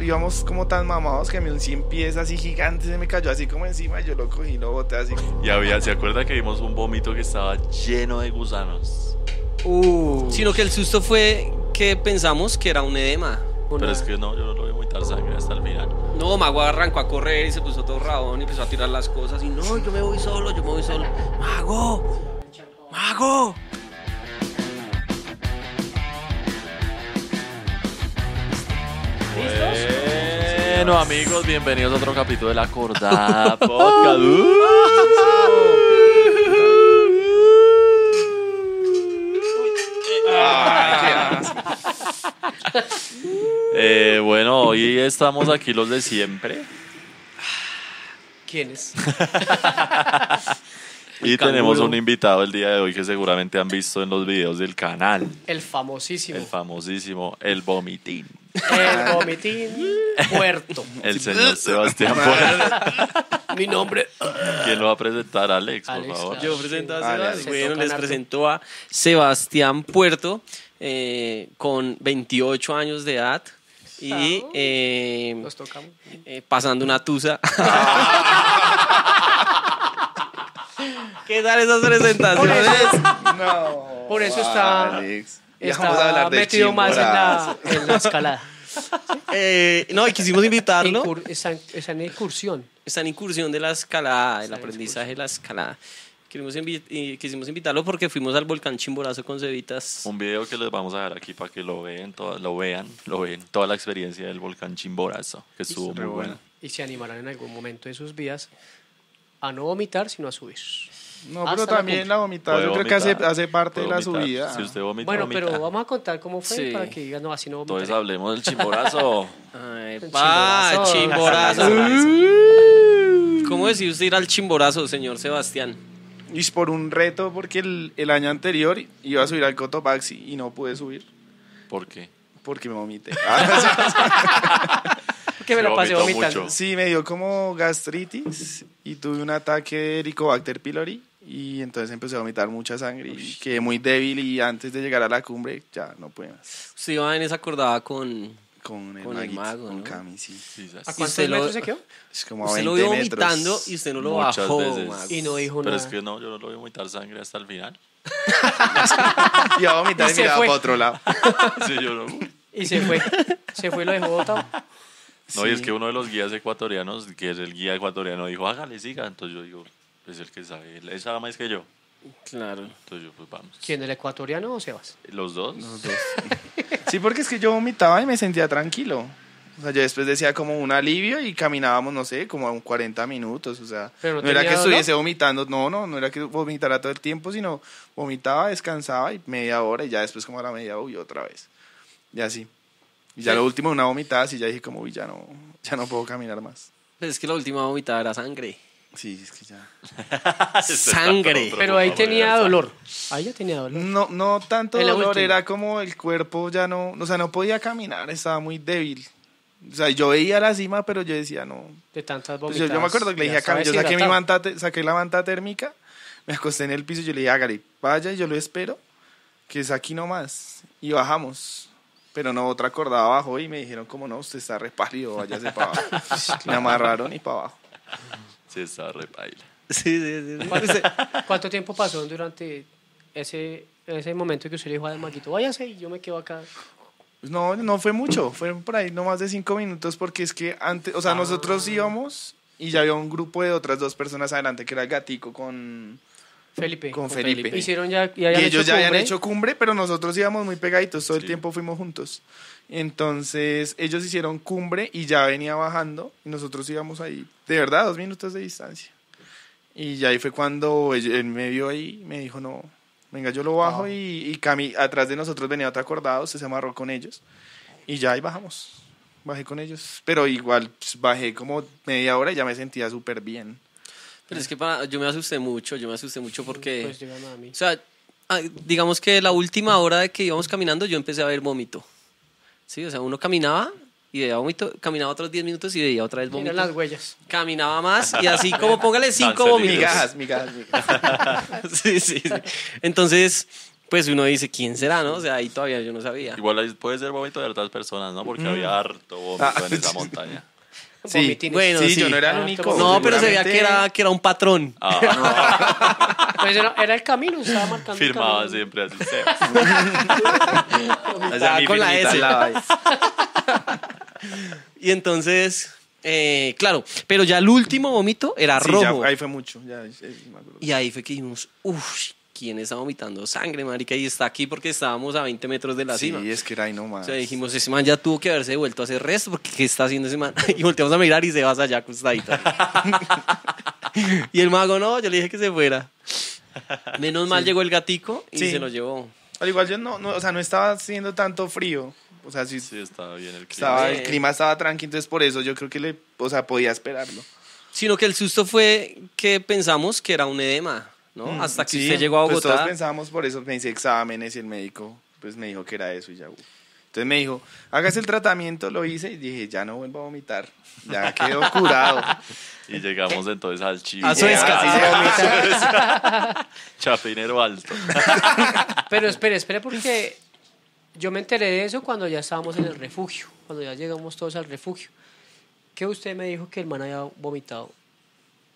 íbamos como tan mamados que a mí un 100 pies así gigante se me cayó así como encima y yo lo cogí y lo boté así. Y había, ¿se acuerda que vimos un vómito que estaba lleno de gusanos? Uh, Sino que el susto fue que pensamos que era un edema. Pero una- es que no, yo no lo vi muy tan sangre hasta el final. No, Mago arrancó a correr y se puso todo rabón y empezó a tirar las cosas. Y no, yo me voy solo, yo me voy solo. ¡Mago! ¡Mago! Bueno, amigos, bienvenidos a otro capítulo de La Cordada Podcast. Ah, qué asco. Eh, bueno, hoy estamos aquí los de siempre ¿Quién es? y canguro. tenemos un invitado el día de hoy que seguramente han visto en los videos del canal, El Ah. famosísimo. el famosísimo El Vomitín, El vomitín muerto. el señor Sebastián Borges, Mi nombre. quien lo va a presentar Alex, por Alex, favor. claro. Yo presento a Ah, Sebas. ya, ya. Bueno, Tocan les harto. presento a Sebastián Puerto, eh, con 28 años de edad y Ah. eh, Nos tocamos. eh, pasando una tusa. ¿Qué tal esas presentaciones? No. Por eso está- Alex. Ya vamos a Está hablar de metido más en chimborazo. la, en la escalada. Eh, no, y quisimos invitarlo. Incur- esa, esa incursión. Esta incursión de la escalada, el Esa aprendizaje de la escalada. Queremos invi- eh, quisimos invitarlo porque fuimos al volcán Chimborazo con Cevitas. Un video que les vamos a dejar aquí para que lo vean, toda- lo vean, lo vean, toda la experiencia del volcán Chimborazo, que estuvo re muy buena. bueno. Y se animarán en algún momento de sus vidas a no vomitar, sino a subir. No, Hasta pero la también punta. la vomitada. Yo creo que hace, hace parte de la subida. Si usted vomita, Bueno, vomita. pero vamos a contar cómo fue Sí. para que digan, no, así no Entonces vomitaré. hablemos del Chimborazo. Ay, El pa, chimborazo. chimborazo. ¿Cómo decidió usted ir al chimborazo, señor Sebastián? Y es por un reto, porque el, el año anterior iba a subir al Cotopaxi y no pude subir ¿Por qué? porque me vomité. Ah, Que me Se la pasé vomitó vomitando. mucho. sí, me dio como gastritis y tuve un ataque de Helicobacter pylori y entonces empecé a vomitar mucha sangre y quedé muy débil y antes de llegar a la cumbre ya no pude más. Usted iba en esa acordada con... Con el, Con el maguito, mago, con ¿no? Cami, sí. ¿A Quizás. Y cuántos usted lo- metros se quedó? Es como a Usted lo 20 vio vomitando metros. y usted no lo Muchas bajó. veces. mago. Y no dijo Pero nada. es que no, yo no lo vi vomitar sangre hasta el final. Iba a vomitar Y y se miraba fue. para otro lado. Sí, yo no. Y se fue. Se fue y lo dejó botado. No, y es Sí. que uno de los guías ecuatorianos, que es el guía ecuatoriano, dijo, hágale, siga. Entonces yo digo, es el que sabe, él él sabe más que yo. Claro. Entonces yo, pues vamos. ¿Quién, el ecuatoriano o Sebas? Los dos. Sí, porque es que yo vomitaba y me sentía tranquilo. O sea, yo después decía como un alivio y caminábamos, no sé, como a un 40 minutos. O sea, Pero no no, era tenía que dolor. estuviese vomitando, no, no, no era que vomitara todo el tiempo, sino vomitaba, descansaba y media hora y ya después como a la media, uy, otra vez. Y así. Y ya lo último, una vomitada, así ya dije como, uy, ya no, ya no puedo caminar más. Pues es que la última vomitada era sangre. Sí, es que ya. Sangre. Pero ahí tenía dolor. Ahí ya tenía dolor. No, no tanto En la dolor, última. era como el cuerpo ya no, o sea, no podía caminar, estaba muy débil. O sea, yo veía la cima, pero yo decía, no, De tantas Pues vomitadas. yo, yo me acuerdo que le ya dije a estaba Cami, yo saqué, mi deshidratado. manta, te- saqué la manta térmica, me acosté en el piso y yo le dije, hágale, vaya, yo lo espero, que es aquí nomás. Y bajamos. Pero no, otra cordada abajo y me dijeron, como no, usted está repálido, váyase para abajo. me amarraron y para abajo. Sí, estaba repaila. Sí, sí, sí. sí. ¿Cuánto, cuánto tiempo pasó durante ese, ese momento que usted le dijo a Maquito, váyase y yo me quedo acá? Pues no, no fue mucho, fueron por ahí no más de cinco minutos, porque es que antes, Ah. o sea, nosotros íbamos y ya había un grupo de otras dos personas adelante, que era el gatico con... Felipe. Con Felipe. Hicieron ya, y Y habían ellos hecho ya habían cumbre. hecho cumbre, pero nosotros íbamos muy pegaditos, todo Sí. el tiempo fuimos juntos. Entonces ellos hicieron cumbre y ya venía bajando y nosotros íbamos ahí, de verdad, dos minutos de distancia. Y ya ahí fue cuando él, él me vio ahí, me dijo, no, venga, yo lo bajo Ah. y, y Cami, atrás de nosotros venía otro acordado, se amarró con ellos y ya ahí bajamos, bajé con ellos. Pero igual pues, bajé como media hora y ya me sentía súper bien. Pero es que para, yo me asusté mucho, yo me asusté mucho porque... Pues llegaron a mí. O sea, ah, digamos que la última hora de que íbamos caminando, yo empecé a ver vómito. Sí, o sea, uno caminaba y veía vómito, caminaba otros 10 minutos y veía otra vez Miren vómito. las huellas. Caminaba más y así como póngale 5 Tan vómitos. Migajas, migajas, migajas. Sí, sí, sí. Entonces, pues uno dice, ¿quién será, no? O sea, ahí todavía yo no sabía. Igual ahí puede ser vómito de otras personas, ¿no? Porque había harto vómito Ah, en esa sí. montaña. Sí, Vomitines. bueno, sí, sí. yo no era el Ah, único. todo- No, pero se veía que seguramente- era, que era un patrón. Ah, Pues era, era el camino, estaba marcando el firmaba camino. siempre así. sea. Estaba mi con la firmita S. al lado ahí. Y entonces, eh, claro, pero ya el último vómito era Sí, rojo. ya, ahí fue mucho. Ya, eh, sí, me acuerdo. Y ahí fue que dijimos, uff, ¿quién está vomitando sangre, marica? Y está aquí porque estábamos a 20 metros de la Sí, cima. es que era ahí O nomás. sea, dijimos, ese man ya tuvo que haberse devuelto a hacer resto, porque ¿qué está haciendo ese man? Y volteamos a mirar y se va allá acostadito. y el mago, no, yo le dije que se fuera. Menos mal llegó el gatico y Sí. se lo llevó. Al igual yo no, no, o sea, no estaba haciendo tanto frío. O sea, sí, Sí, estaba bien el clima. estaba, Sí. el clima estaba tranqui, entonces por eso yo creo que le, o sea, podía esperarlo. Sino que el susto fue que pensamos que era un edema, ¿no? Hasta que Mm, Sí, usted llegó a pues Bogotá. todos pensábamos por eso, me hice exámenes y el médico pues me dijo que era eso y ya. uh. Entonces me dijo, hágase el tratamiento, lo hice y dije, ya no vuelvo a vomitar, ya quedo curado. Y llegamos entonces al chivo. A Suezca. Así se vomita. Chapinero alto. Pero espere, espere, porque yo me enteré de eso cuando ya estábamos en el refugio, cuando ya llegamos todos al refugio. Que usted me dijo que el man había vomitado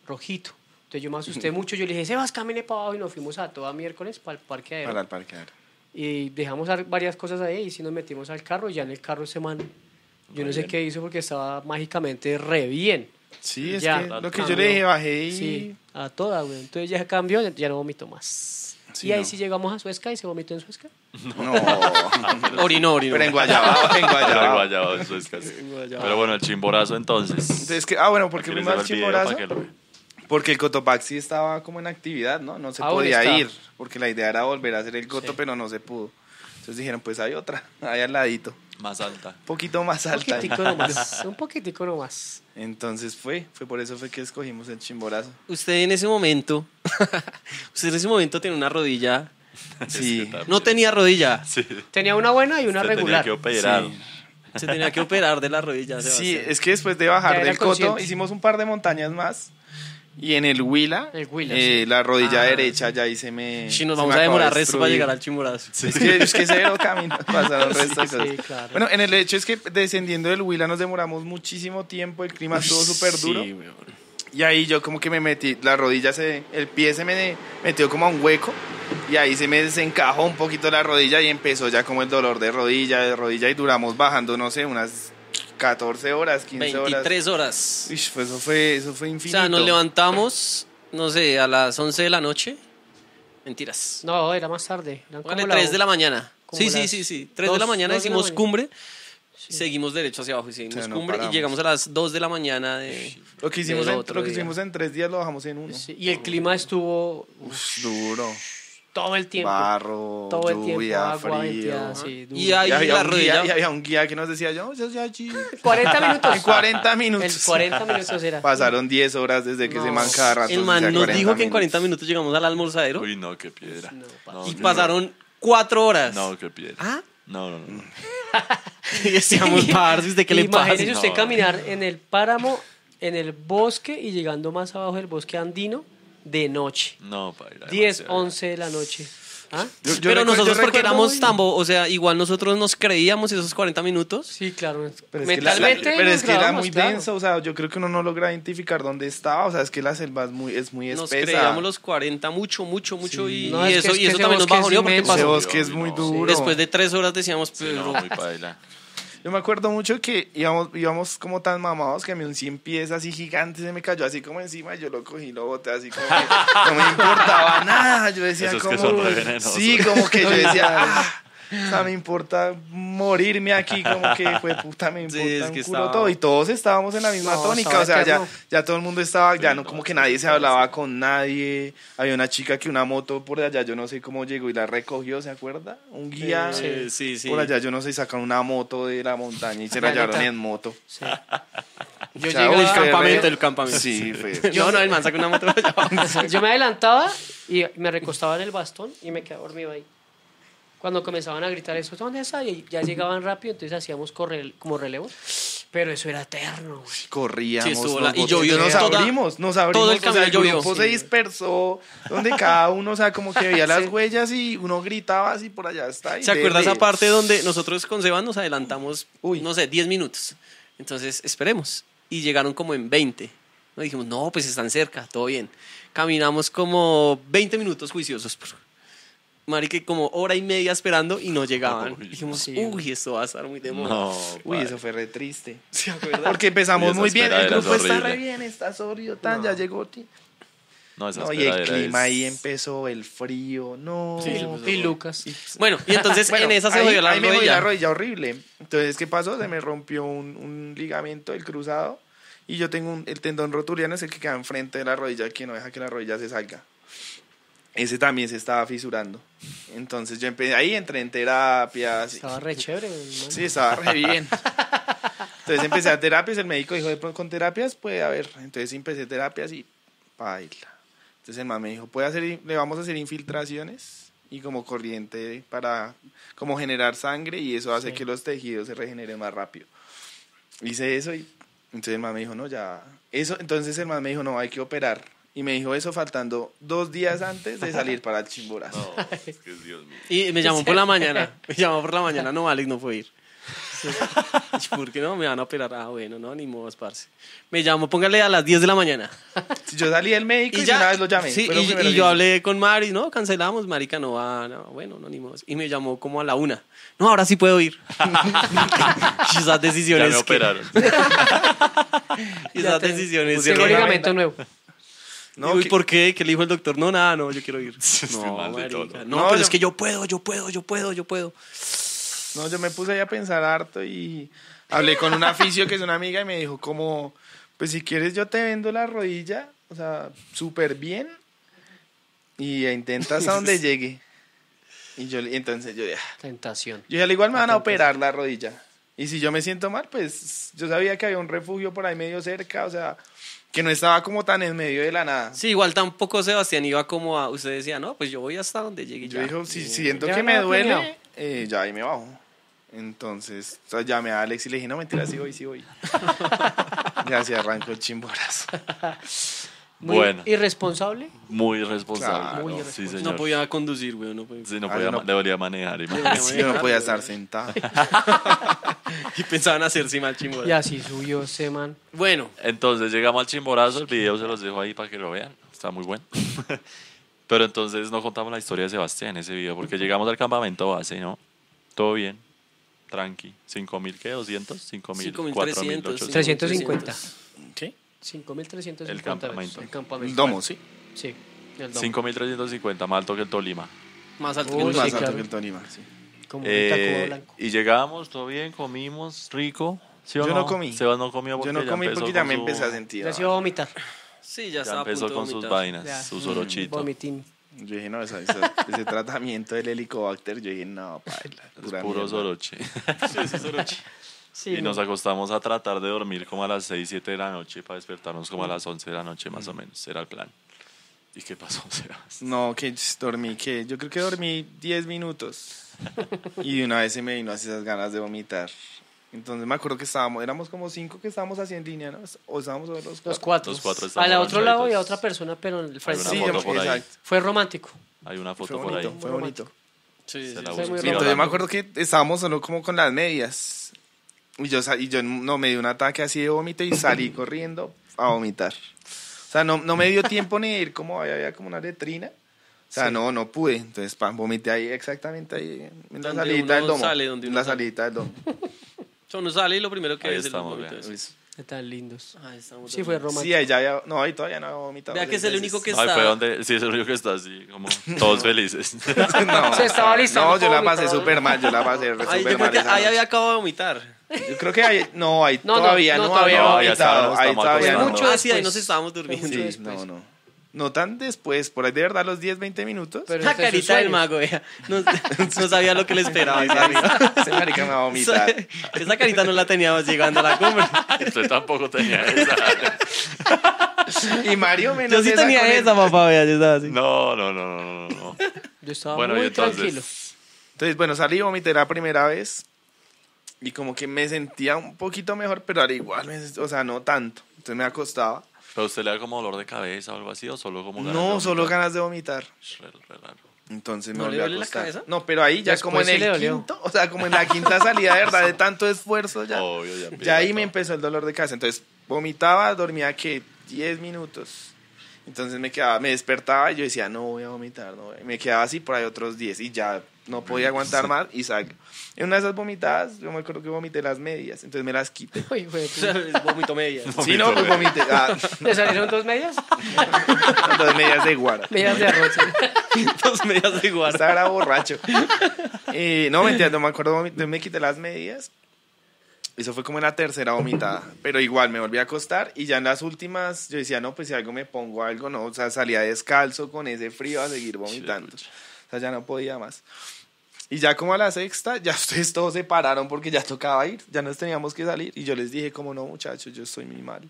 rojito. Entonces yo me asusté mucho. Yo le dije, Sebas, camine para abajo y nos fuimos a toda miércoles para el parque aéreo. Para el parquear. Y dejamos ar- varias cosas ahí y si nos metimos al carro. Y ya en el carro ese man, yo no Re sé bien. qué hizo porque estaba mágicamente re bien. Sí, es Ya, que lo que yo Ah, cambió. le dije, bajé y... Sí, a toda, güey. Entonces ya cambió, ya no vomitó más. Sí, y ahí no. sí llegamos a Suezca y se vomitó en Suezca. No, Orinó, orinó. pero en Guayabao, en Pero Guayabao. guayabao en Suezca, sí. Pero bueno, el chimborazo entonces. Entonces, que, ah, bueno, porque ¿Quieres fuimos al ver el video para chimborazo. que lo vean? Porque el Cotopaxi estaba como en actividad, ¿no? No se Aún podía está. ir, porque la idea era volver a hacer el Coto, pero no se pudo. Entonces dijeron, pues hay otra, ahí al ladito, Más alta. un poquito más Un alta. poquitico nomás. Un poquitico nomás. Entonces fue, fue por eso fue que escogimos el chimborazo. Usted en ese momento, usted en ese momento tiene una rodilla. Sí, que No tenía rodilla, Sí. Tenía una buena y una Se tenía regular. que operar. Sí. se tenía que operar de la rodilla. sí, Sebastián. es que después de bajar Ya era del Coto consciente. hicimos un par de montañas más. Y en el Huila, El Huila, eh, la rodilla Ah. derecha ya ahí se me. Si nos se vamos me a acabó de demorar resto para destruir. llegar al chimborazo. Es que, es que cero caminos pasaron el resto de Sí, cosas. sí, claro. Bueno, en el hecho es que descendiendo del Huila nos demoramos muchísimo tiempo, el clima estuvo súper duro. Sí, weón. Y ahí yo como que me metí, la rodilla se, el pie se me metió como a un hueco y ahí se me desencajó un poquito la rodilla y empezó ya como el dolor de rodilla, de rodilla y duramos bajando, no sé, unas 14 horas, 15 horas. 23 horas. Uish, pues eso fue, eso fue O infinito. sea, nos levantamos, no sé, a las 11 de la noche. Mentiras. No, era más tarde. Eran Póngale como la- 3 de la mañana. como Sí, sí, las sí, sí. 3 de dos- la mañana dos de la hicimos mañana. cumbre. Seguimos derecho hacia abajo y seguimos O sea, no cumbre. paramos. Y llegamos a las 2 de la mañana de... lo que hicimos, del en, otro lo que día. hicimos en tres días lo bajamos en uno. Sí, Y el clima estuvo uf, Ush, duro. todo el tiempo. Barro, todo el tiempo, lluvia, agua, venteada, frío. sí, duro. Y ahí Y había, la un guía, rodilla... y había un guía que nos decía, yo, yo soy allí. 40 minutos. En 40 minutos. El 40 minutos era. Pasaron 10 horas desde que No. se manca rato. El man nos dijo que en 40 minutos llegamos al almorzadero Uy, no, qué piedra. No, pa- No, y no, pasaron 4 horas. No, qué piedra. ¿Ah? No, no, no. Y decíamos, parce, ¿usted qué le pasa? Imagínese usted No. caminar en el páramo, en el bosque y llegando más abajo del bosque andino de noche. No, paila. 10, demasiado. 11 de la noche. ¿Ah? Yo- yo Pero recuerdo- nosotros yo porque recuerdo éramos hoy- tambo, o sea, igual nosotros nos creíamos esos 40 minutos. Sí, claro. Pero es que, la- la- Mentalmente pero es nos que era grabamos, muy claro. denso, o sea, yo creo que uno no logra identificar dónde estaba, o sea, es que la selva es muy, es muy Nos espesa. creíamos los 40 mucho, mucho, mucho y, No, y es que- eso, es y que eso ese también nos bosque es bajoneó porque Ese inmenso. pasó. bosque es muy Sí. duro. Después de tres horas decíamos, Sí, no, pero muy paila. Yo me acuerdo mucho que íbamos, íbamos como tan mamados que a mí un 100 pies así gigante se me cayó así como encima y yo lo cogí y lo boté así como que no me importaba nada. Yo decía Esos como... que son re venenosos. sí, como que yo decía... "Ah, o sea, me importa morirme aquí, como que fue puta, me Sí, importa es un que culo estaba- todo. Y todos estábamos en la misma No, tónica, estaba o sea, ya, eterno. ya todo el mundo estaba, ya Sí, no, no, como que estaba nadie se hablaba con nadie. Había una chica que una moto por allá, yo no sé cómo llegó y la recogió, ¿se acuerda? Un guía. Sí, sí, sí. Por allá, yo no sé, sacan una moto de la montaña y se la Planeta. llevaron en moto. Sí. Yo, O sea, uy, llegaba- qué campamento, re- el campamento. Sí, fue. No, no, el man sacó una moto allá. yo me adelantaba y me recostaba en el bastón y me quedaba dormido ahí. Cuando comenzaban a gritar eso, ¿dónde está? Y ya llegaban rápido, entonces hacíamos correr, como relevos. Pero eso era eterno, güey. Corríamos, Sí, estuvo nos la- y bote- llovió nos toda- abrimos, nos todo el abrimos, camino el llovió. grupo se Sí, güey. dispersó, donde cada uno, o sea, como que veía las Sí. huellas y uno gritaba así por allá está. y ¿Se acuerda dele. esa parte donde nosotros con Seba nos adelantamos, Uy. no sé, 10 minutos? Entonces, esperemos. Y llegaron como en 20. Nos dijimos, no, pues están cerca, todo bien. Caminamos como 20 minutos juiciosos. Marique, como hora y media esperando y no llegaban. Uy, dijimos, sí. uy, esto va a estar muy de moda. No, Uy, padre. eso fue re triste. ¿Se acuerda? Porque empezamos Esa muy bien, el esperadera es grupo está horrible. re bien, está sobrio, tan, No. ya llegó. ti. No, esa No, y el esperadera clima es- ahí empezó, el frío, no. Sí, y Lucas. Bueno, y entonces Bueno, en esa se ahí- jodió la ahí me jodí rodilla. la rodilla horrible. Entonces, ¿qué pasó? Se me rompió un, un ligamento del cruzado y yo tengo un- el tendón rotuliano, es el que queda enfrente de la rodilla, que no deja que la rodilla se salga. Ese también se estaba fisurando. Entonces yo empe- ahí entré en terapia. sí. Estaba re chévere, hermano. Sí, estaba re bien. Entonces empecé a terapias, el médico dijo, "De pronto con terapias puede haber. Entonces empecé terapias y paila. Entonces el man me dijo, puede hacer, le vamos a hacer infiltraciones y como corriente para como generar sangre y eso hace Sí. que los tejidos se regeneren más rápido. Hice eso y entonces el man me dijo, no, ya. Eso, entonces el man me dijo, no, hay que operar. Y me dijo eso faltando dos días antes de salir para el chimborazo. No, es que Dios mío. Y me llamó por la mañana. Me llamó por la mañana, no, Alex no puede ir. Y, ¿Por qué no? Me van a operar. Ah, bueno, no, ni modo, parce. Me llamó, póngale a las 10 de la mañana. Si Yo salí del médico y, de una vez lo llamé. Sí, Fue lo y, primero y que yo hice. hablé con Mari, no, cancelamos, marica, no va, no, bueno, no, ni modo. Y me llamó como a la una. No, ahora sí puedo ir. y esas Ya decisiones. me que- operaron. y esas te- decisiones. Tengo una un que- regla. ligamento nuevo. No, Digo, ¿y que- por qué? ¿Qué le dijo el doctor? No, nada, no, yo quiero ir. No, mal de marica, todo. no, No, pero yo- es que yo puedo, yo puedo, yo puedo, yo puedo. No, yo me puse ahí a pensar harto y hablé con una aficio que es una amiga y me dijo como, pues si quieres yo te vendo la rodilla, o sea, súper bien y intentas a donde llegue. Y yo, le- entonces yo, dije, "Ah". Tentación. yo dije, al igual me van a operar la rodilla. Y si yo me siento mal, pues yo sabía que había un refugio por ahí medio cerca, o sea, que no estaba como tan en medio de la nada. Sí, igual tampoco Sebastián iba como a. Usted decía, no, pues yo voy hasta donde llegue. Yo ya. Eh, dijo, si siento ya que no me lo planeado. duele, eh, ya ahí me bajo. Entonces, o sea, llamé a Alex y le dije, no, mentira, sí voy, sí voy. ya se arrancó el chimborazo. Muy Bueno. irresponsable. Muy responsable. Claro, ¿no? muy Sí, responsable. señor. no podía conducir, güey. No podía. Sí, no Ah, podía, no. ma- debería manejar. imagínate. Sí, yo no podía estar sentado. Y pensaban hacerse mal chimbo. Y así subió ese man. Bueno, Entonces llegamos al chimborazo, el video se los dejo ahí para que lo vean, está muy bueno. Pero entonces no contamos la historia de Sebastián en ese video, porque llegamos al campamento base, ¿no? Todo bien, tranqui. ¿Cinco mil qué? ¿200? ¿Cinco mil? ¿Cuatro mil? 5.300. ochocientos. 350. ¿Sí? 5.350. El campamento. El campamento. El domo, sí. Sí. El domo. 5.350, más alto que el Tolima. más alto que Uy, Uy, sí, más nosotros. alto claro. que el Tolima, sí. Como Eh, un taco blanco. y llegamos, todo bien, comimos, rico. ¿sí o Yo no comí. Sebas no comió porque Yo no ya comí empezó porque con ya me su- empecé a sentir. Ya se mal. iba a vomitar. Sí, ya, Ya estaba a punto empezó de con sus vomitar. vainas, Ya. su sorochito. Vomitín. Yo dije, no, esa- esa- ese tratamiento del helicobacter, yo dije, no, paila. Es pura puro mierda. soroche. Sí. y nos acostamos a tratar de dormir como a las 6, 7 de la noche para despertarnos como a las 11 de la noche más o menos. Era el plan. ¿Y qué pasó, Sebas? No, que ch- dormí, que yo creo que dormí 10 minutos. Y de una vez se me vino así esas ganas de vomitar. Entonces me acuerdo que estábamos, éramos como cinco que estábamos así en línea, ¿no? O estábamos solo los Los cuatro. cuatro. Los cuatro a estaban la otro lado y a manchaditos. otra persona, pero en el frente. Una Sí, foto yo- por ahí. exacto. Fue romántico. Hay una Fue foto por ahí. bonito, fue bonito. Sí, sí, Se sí. la Fue muy Sí, busco. romántico. entonces yo me acuerdo que estábamos solo como con las medias. Y yo, sa- y yo no me dio un ataque así de vómito y salí corriendo a vomitar. O sea, no, no me dio tiempo ni de ir como había, había como una letrina. O sea, no, no pude. Entonces, pam, vomité ahí exactamente ahí en la Donde salidita del uno domo. sale, donde en uno la sale. salidita del domo. Yo no sale y lo primero que Ahí es el estamos, vómito vea. ese. Qué Tan lindos. Ah, Ahí estamos Sí, fue dormidos. romántico. Sí, ahí ya había, no, ahí todavía no había vomitado. Vea que es el único que No, está. ahí fue donde, sí, es el único que está así, como todos felices. No, Se estaba listando No, yo para la pasé vomitar. súper mal, yo la pasé re súper Ahí, yo creo mal. que esa ahí noche. había acabado de vomitar. Yo creo que ahí, no, ahí No, no, todavía no, no, había todavía no. vomitado. No, ya Ahí estábamos todavía tomando. no. Mucho ah, sí, ahí después. nos estábamos durmiendo. Sí, después. no, no. pues, No tan después, por ahí de verdad los 10, 20 minutos. Pero La entre sus carita del sueños. mago, vea. No, no sabía lo que le esperaba. ese amigo. Ese marica me va a vomitar. Esa carita no la teníamos llegando a la cumbre. Usted tampoco tenía esa. Y Mario menos Yo sí esa con tenía el- esa, papá, vea, yo estaba así. No, no, no, no, no, no. Yo estaba Bueno, y muy entonces. tranquilo. Entonces, bueno, salí, vomité la primera vez. y como que me sentía un poquito mejor, pero al igual, me- o sea, no tanto. Entonces me acostaba. ¿Pero usted le da como dolor de cabeza o algo así? ¿O solo como ganas de No, solo vomitar? ganas de vomitar. Re- re raro. Entonces me ¿No le volví a duele la acostar. cabeza? No, pero ahí ya Después como en sí le el dolió. quinto, o sea, como en la quinta salida, de verdad, de tanto esfuerzo ya. Obvio, ya Ya ahí empieza me todo. empezó el dolor de cabeza. Entonces vomitaba, dormía que 10 minutos. Entonces me quedaba, me despertaba y yo decía, no voy a vomitar, no voy a-". Y Me quedaba así por ahí otros 10 y ya no podía aguantar más y salgo. En una de esas vomitadas, yo me acuerdo que vomité las medias, entonces me las quité. Uy, güey, O sea, es vómito media. Sí, no, pues vomité. Ah, ¿Le salieron dos medias? las medias de guara. Medias de arroz. Dos medias de guarda. Estaba era borracho. Eh, no, mentira, no me acuerdo. vomit- Me quité las medias. Eso fue como en la tercera vomitada. Pero igual me volví a acostar y ya en las últimas yo decía, no, pues si algo me pongo algo, no. O sea, salía descalzo con ese frío a seguir vomitando. O sea, ya no podía más. Y ya como a la sexta, ya ustedes todos se pararon porque ya tocaba ir, ya nos teníamos que salir. Y yo les dije, como no, muchachos, yo estoy muy mal.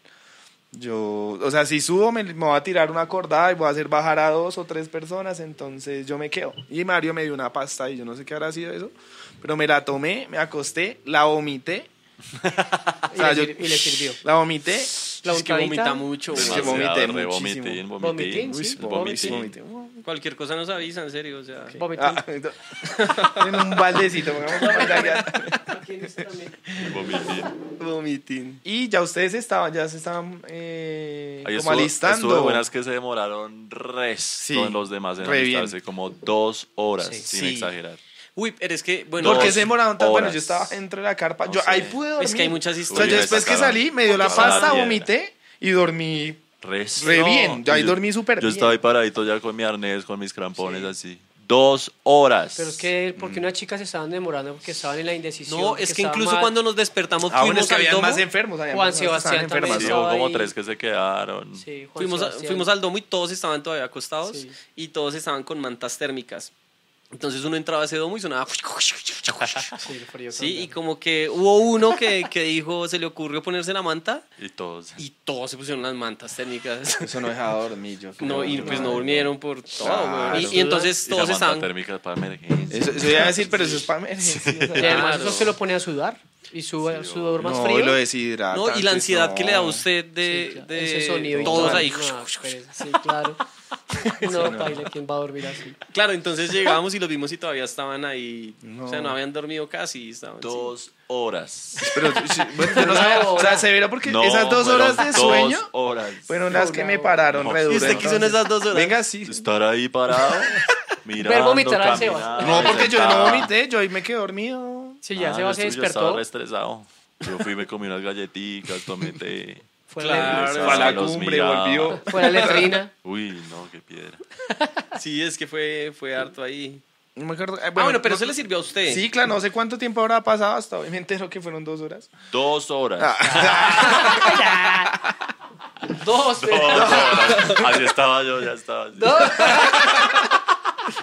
Yo, o sea, si subo me, me voy a tirar una cordada y voy a hacer bajar a dos o tres personas, entonces yo me quedo. Y Mario me dio una pasta y yo no sé qué habrá sido eso, pero me la tomé, me acosté, la vomité, Y, sea, le yo- sir- y le sirvió. la vomité, La es que vomita untadita. mucho, Es que weón. vomité Demasiado, re muchísimo. vomitín, Vomitín, vomitín. sí, Es vomité, vomitín. vomité. Cualquier cosa nos avisa, en serio. O sea, Vomitó. Ah, en un baldecito, pongamos una medalla. Vomitín. vomitín. Y ya ustedes estaban, ya se estaban eh, como Ahí estuvo, alistando. estuvo de buenas que se demoraron resto Sí, en los demás en re bien. alistarse, como dos horas, Sí. sin Sí. exagerar. Uy, pero es que, bueno, ¿Por qué Dos se demoraron tanto? Bueno, horas. yo estaba dentro de la carpa. No yo sé. ahí pude dormir. es que hay muchas O sea, Uy, yo me historias. después que sacaron. salí, me dio la Porque son las pasta, diez. vomité y dormí Resto. Re bien, yo ahí Y dormí súper Yo bien. estaba ahí paradito ya con mi arnés, con mis crampones, así. Dos horas. Pero es que, porque Mm. unas chicas se estaban demorando? Porque estaban en la indecisión. No, es que estaban incluso mal. cuando nos despertamos, Ah, bueno, fuimos es que al habían domo. más enfermos. habían Juan más personas que Sebastián estaban también Sí, enfermas. hubo estaba como ahí. tres que se quedaron. Sí, Juan Fuimos, a- Sebastián. fuimos al domo y todos estaban todavía acostados Sí. y todos estaban con mantas térmicas. Entonces uno entraba a ese domo y sonaba. Sí, el frío Sí, y también. como que hubo uno que, que dijo, se le ocurrió ponerse la manta Y todos. y todos se pusieron las mantas térmicas. Eso no dejaba dormir yo. creo. No, y pues no Madre. durmieron por todo, Claro. güey. Y, y entonces Ah, y todos la manta estaban. térmica para emergencia. Eso, eso iba a decir, pero eso es para emergencia. o sea. Y además Claro. eso se lo pone a sudar. Y suda, Sí, oh. sudor más no, frío. y lo deshidrata. No, y la ansiedad que le da a no. usted Sí, de, claro, de ese sonido. todos y- ahí. No, pereza, sí, claro. No, baile, ¿quién va a dormir así? Claro, entonces llegamos y los vimos y todavía estaban ahí. No. O sea, no habían dormido casi. Estaban, sí. Dos horas. Pero, sí, bueno, yo no sabía, o sea, se verá porque No, esas dos fueron horas de dos sueño horas. fueron las que No, me pararon no. re ¿Y duro, usted qué son entonces. esas dos horas? Venga, sí. Estar ahí parado, mirando, vomitar al Sebas. caminar, No, porque yo no Ah, sentado. vomité, yo ahí me quedé dormido. Sí, ya Ah, se va, yo se estuve- Yo despertó. estaba re estresado. Yo fui, me comí unas galletitas, tomé té. Fue Claro. la- Para la los cumbre, miraba. volvió. fue la letrina. Uy, no, qué piedra. Sí, es que fue, fue harto ahí. No me acuerdo. eh, ah, bueno, pero no- eso le sirvió a usted. Sí, claro, no sé cuánto tiempo habrá pasado hasta hoy. Me entero que fueron dos horas. Dos horas. Ah. Dos, Dos horas. Así estaba yo, ya estaba. Así. dos.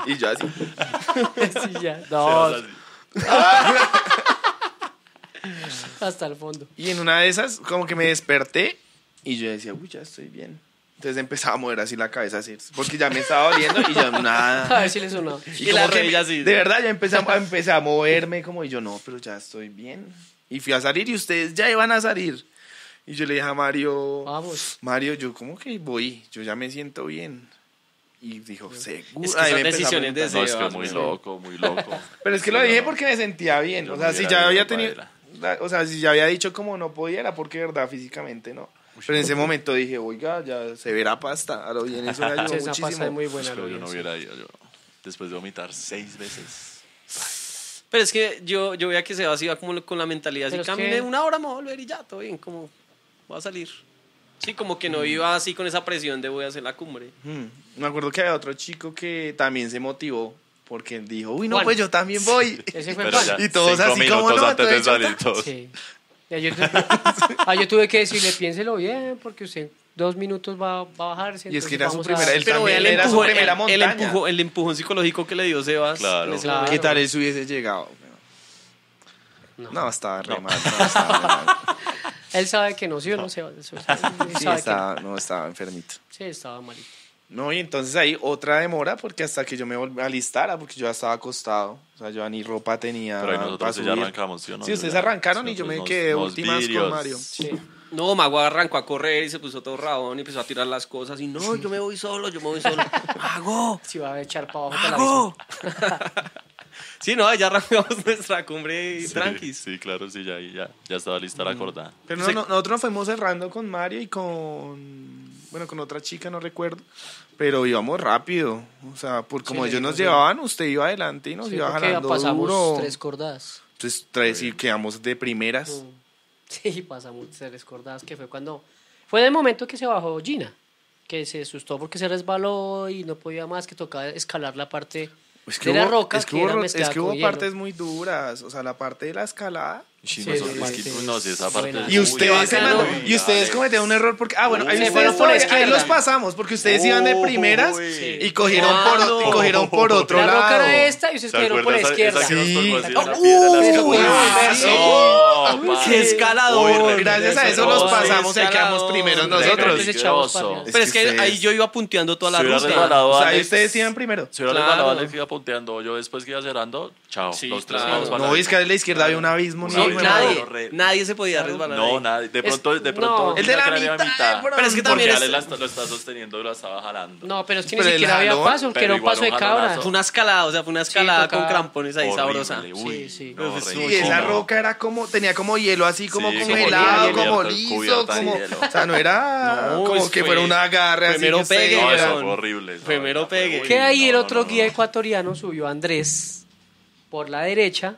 Y yo así. Sí, ya, Sebas dos. así. Hasta el fondo. Y en una de esas, como que me desperté y yo decía, uy, ya estoy bien. Entonces empezaba a mover así la cabeza, así, porque ya me estaba doliendo y yo A nada. ver si le sonó. Y, la como que rodilla me- así. De verdad, ya empecé a, empecé a moverme, como y yo, no, pero ya estoy bien. Y fui a salir y ustedes ya iban a salir. Y yo le dije a Mario, Vamos. Mario, yo como que voy, yo ya me siento bien. Y dijo, seguro. Es que Ahí son me empezó a decisiones de preguntar. No, es que Sebas, muy sí. loco, muy loco. Pero es que Sí, lo dije no. porque me sentía bien. Yo o no sea, si hubiera ya había ido, tenido. padre. la- o sea, si ya había dicho como no podía, era porque de verdad físicamente no. Pero en ese momento dije, oiga, ya se verá pasta. A lo bien, eso me ayudó Sí, esa pasta muchísimo. es muy buena. Es que lo yo no vi, hubiera ido yo. Después de vomitar seis veces. Pero es que yo, yo veía que Sebas iba como con la mentalidad así, Pero es camine que- una hora, me voy a volver y ya, todo bien, como voy a salir. Sí, como que Mm. no iba así con esa presión de voy a hacer la cumbre. Hmm. Me acuerdo que había otro chico que también se motivó porque él dijo, uy, no, Juan. pues yo también voy. sí. Ese fue Pero el plan. ya, Y todos cinco así como, minutos "No, antes de entonces yo salir todos. Sí. Ya yo, ah, yo tuve que decirle, piénselo bien, porque usted en dos minutos va, va a bajarse. Y es que entonces era su vamos primera- a- él también vea era su empujón, primera el, montaña. empujón, el empujón psicológico que le dio Sebas. Claro. en ese Claro. momento. ¿Qué tal él si hubiese llegado? No, estaba re mal. No, estaba, re mal. Él sabe que no, sí o no, Sebas. Eso- él Sí, sabe que no. estaba, no, estaba enfermito. Sí, estaba malito. No, y entonces ahí otra demora porque hasta que yo me vol- alistara, porque yo ya estaba acostado. O sea, yo ya ni ropa tenía. Pero ahí para nosotros sí ya Ah, subir. arrancamos, ¿sí o no? Sí, Yo ustedes ya- arrancaron y yo me nosotros quedé nos- nos últimas con vidrios. Mario. Sí. No, Mago arrancó a correr y se puso todo rabón y empezó a tirar las cosas. Y no, yo me voy solo, yo me voy solo. ¡Mago! Si va a echar para abajo, te la aviso. ¡Mago! sí, no, ya arrancamos nuestra cumbre tranquis. Sí, claro, sí, ya, ahí ya, ya estaba lista Mm. la cordada. Pero no, no, nosotros nos fuimos cerrando con Mario y con. Bueno, con otra chica, no recuerdo. Pero íbamos rápido. O sea, por como Sí, ellos nos sí. llevaban, usted iba adelante y nos Sí, iba creo que ya jalando pasamos duro. tres cordadas. Entonces, tres y quedamos de primeras. Mm. Sí, pasamos tres cordadas, que fue cuando... Fue en el momento que se bajó Gina, que se asustó porque se resbaló y no podía más, que tocaba escalar la parte Es que de la hubo- roca es que que era hubo, mezclada es que hubo con hielo. partes muy duras. O sea, la parte de la escalada. Sí, Sí, nosotros- sí, es que- sí. no, sí, esa parte Buena. es Y muy ustedes, bacano. hermano, bacana. y ustedes cometieron un error porque. Ah, bueno, ahí, Se ustedes fueron por todavía- izquierda. ahí los pasamos porque ustedes iban de primeras Uy. y cogieron por, y cogieron por otro la lado. roca era esta y ustedes ¿Se quedaron por la acuerdan esa- izquierda. esa que nos tocó así, una Sí. piedra en la ¡Uh! escalera? ¡Huevazo! ¡No, ¡Qué parce! Pues escalador! Uy, Gracias a eso los Uy, pasamos y escalador. quedamos primeros Re nosotros. Entonces echamos para arriba. Es Pero es que que, ustedes- ahí yo iba punteando toda la Se hubiera ruta. resbalado O sea, ahí Alex. ustedes iban primero. Si yo Claro. claro. que iba punteando, yo después que iba cerrando, chao. Sí, los tres claro. vamos para No, la- es que a la izquierda había un abismo. Un ni No, hijo de abismo. madre. nadie, Claro, re- nadie se podía resbalar. No, ahí. nadie. De Es- pronto, de no. pronto. El de la Gina quería mitad, bro. Pero es que también Porque es- Ale la está- lo está sosteniendo y lo estaba jalando. No, pero es que Pero ni el siquiera había jalón, paso, que pero era un igual un paso de cabra. jalonazo. Fue una escalada, o sea, fue una escalada tocaba- con crampones ahí Horrible, sabrosa. uy, Sí, sí. no, Y re esa incómodo. roca era como, tenía como hielo así, como Sí, como congelado, hielo, como cubierto- liso, cubierta de como. hielo. O sea, no pues era No, como es que fue- fuera un agarre así. primero que usted pegue, No, dijera, eso weón. fue horrible. esa Primero vaina, fue pegue. horrible. Que ahí el No, otro no, no. guía ecuatoriano subió a Andrés por la derecha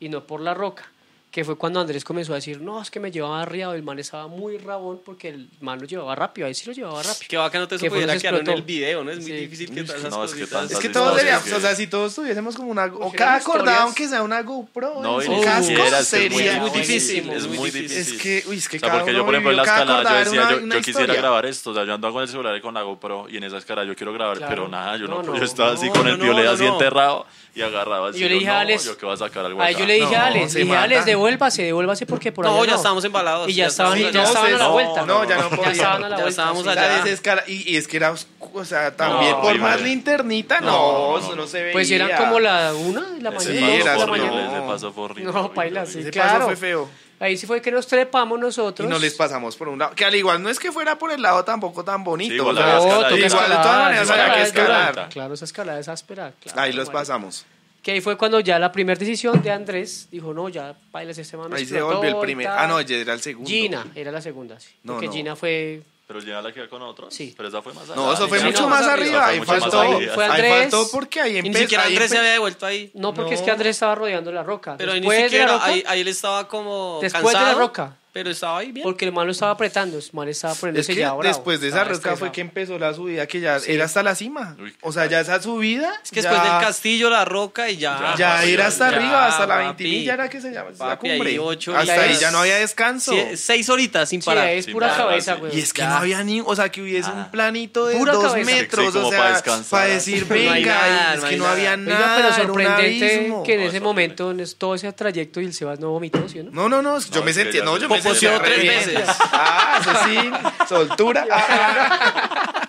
y no por la roca. Que fue cuando Andrés comenzó a decir, no, es que me llevaba arriado, el man estaba muy rabón porque el man lo llevaba rápido, ahí sí lo llevaba rápido. Qué bacano te Que eso fue pudiera donde quedar en explotó. el video, ¿no? Es muy Sí. difícil que todas esas No, es que cositas. tantas Es que Entonces, todos no, deberíamos, sí, sí. o sea, si todos tuviésemos como una. O Cogieron cada cordada, historias. aunque sea una GoPro, No, y en ni su casco siquiera es que es muy sería. muy difícil. difícil, Es muy muy difícil. Es que, uy, es que O sea, cada porque yo, uno por ejemplo, en la vivió, cada escalada, yo acordada era decía, una- yo, una yo quisiera historia. grabar esto. O sea, yo andaba con el celular y con la GoPro y en esa escalada yo quiero grabar, Claro. pero nada, yo no, No, no, yo estaba así no, con no, el no, piolet no, así no. enterrado y agarraba así. Y yo le dije a Alex- no, yo que voy a sacar algo Ahí acá. yo le dije a No, Alex, se le dije a matan. Alex, devuélvase, devuélvase porque por ahí. No, ya estábamos embalados, Y ya ya estaban, estábamos- ya estaban a la no, vuelta. No, ya no Ya podía. estaban a la Ya vuelta. estábamos sí. O sea, allá. desescala- y, y es que era oscu- o sea, también No, por horrible. más linternita, no, No, eso no, no, se veía. Pues eran como la una de la Ese Sí, mañana. era paso dos de la fue horrible, mañana. horrible, ese paso fue horrible. No, horrible, paila, horrible. sí. Ese claro. paso fue feo. Ahí sí fue que nos trepamos nosotros. Y no les pasamos por un lado. Que al igual no es que fuera por el lado tampoco tan bonito. Sí, igual o sea, había No, escalada. toca igual, de escalar, todas maneras esa había que escalada es dura. escalar. Claro, esa escalada es áspera. claro, Ahí los marica. pasamos. Que ahí fue cuando ya la primera decisión de Andrés dijo, no, ya bailas este man. Ahí se explotó volvió el y primer. tal". Ah, no, ya era el segundo. Gina era la segunda, sí. No, Porque no. Gina fue... Pero ya la quedé con otros. Sí. Pero esa fue más No, eso fue Sí, mucho no, más más arriba. Ahí arriba. Fue mucho faltó. más arriba. Fue Andrés. Ahí faltó porque ahí Y empezó. ni siquiera ahí Andrés se empe- había devuelto ahí. No, porque es No. que Andrés estaba rodeando la roca. Pero ni Después de la siquiera, roca, ahí, ahí él estaba como Después de la cansado. roca. Pero estaba ahí bien. Porque el man lo estaba apretando, el man estaba Es poniéndose que ya bravo, después de esa estaba este roca fue estresado. que empezó la subida que ya era hasta la cima. Uy, O sea, ya esa subida. es que ya- después del castillo, la roca y ya. Ya Papi, era hasta ya, arriba, hasta la papi. 20 ya era que se llama. la Papi, ahí cumbre. ocho hasta días. ahí ya no había descanso. Sie- seis horitas sin Sí, parar. ahí es Sin pura parar, cabeza, sí. güey. Y es que Ya. no había ni, o sea, que hubiese Nada. un planito de Pura dos cabeza. metros, Sí, como o para sea, para descansar. decir, No hay venga, y nada, es no que hay no nada. había Oiga, nada, pero era un sorprendente abismo. que en No, ese es momento, en es- todo ese trayecto, y el Sebas no vomitó, ¿sí o no? No, no, no, yo No, me es que sentía, ya no, se yo me le- sentía Poposeó re tres bien. veces. Ah, eso sí, soltura. Ah,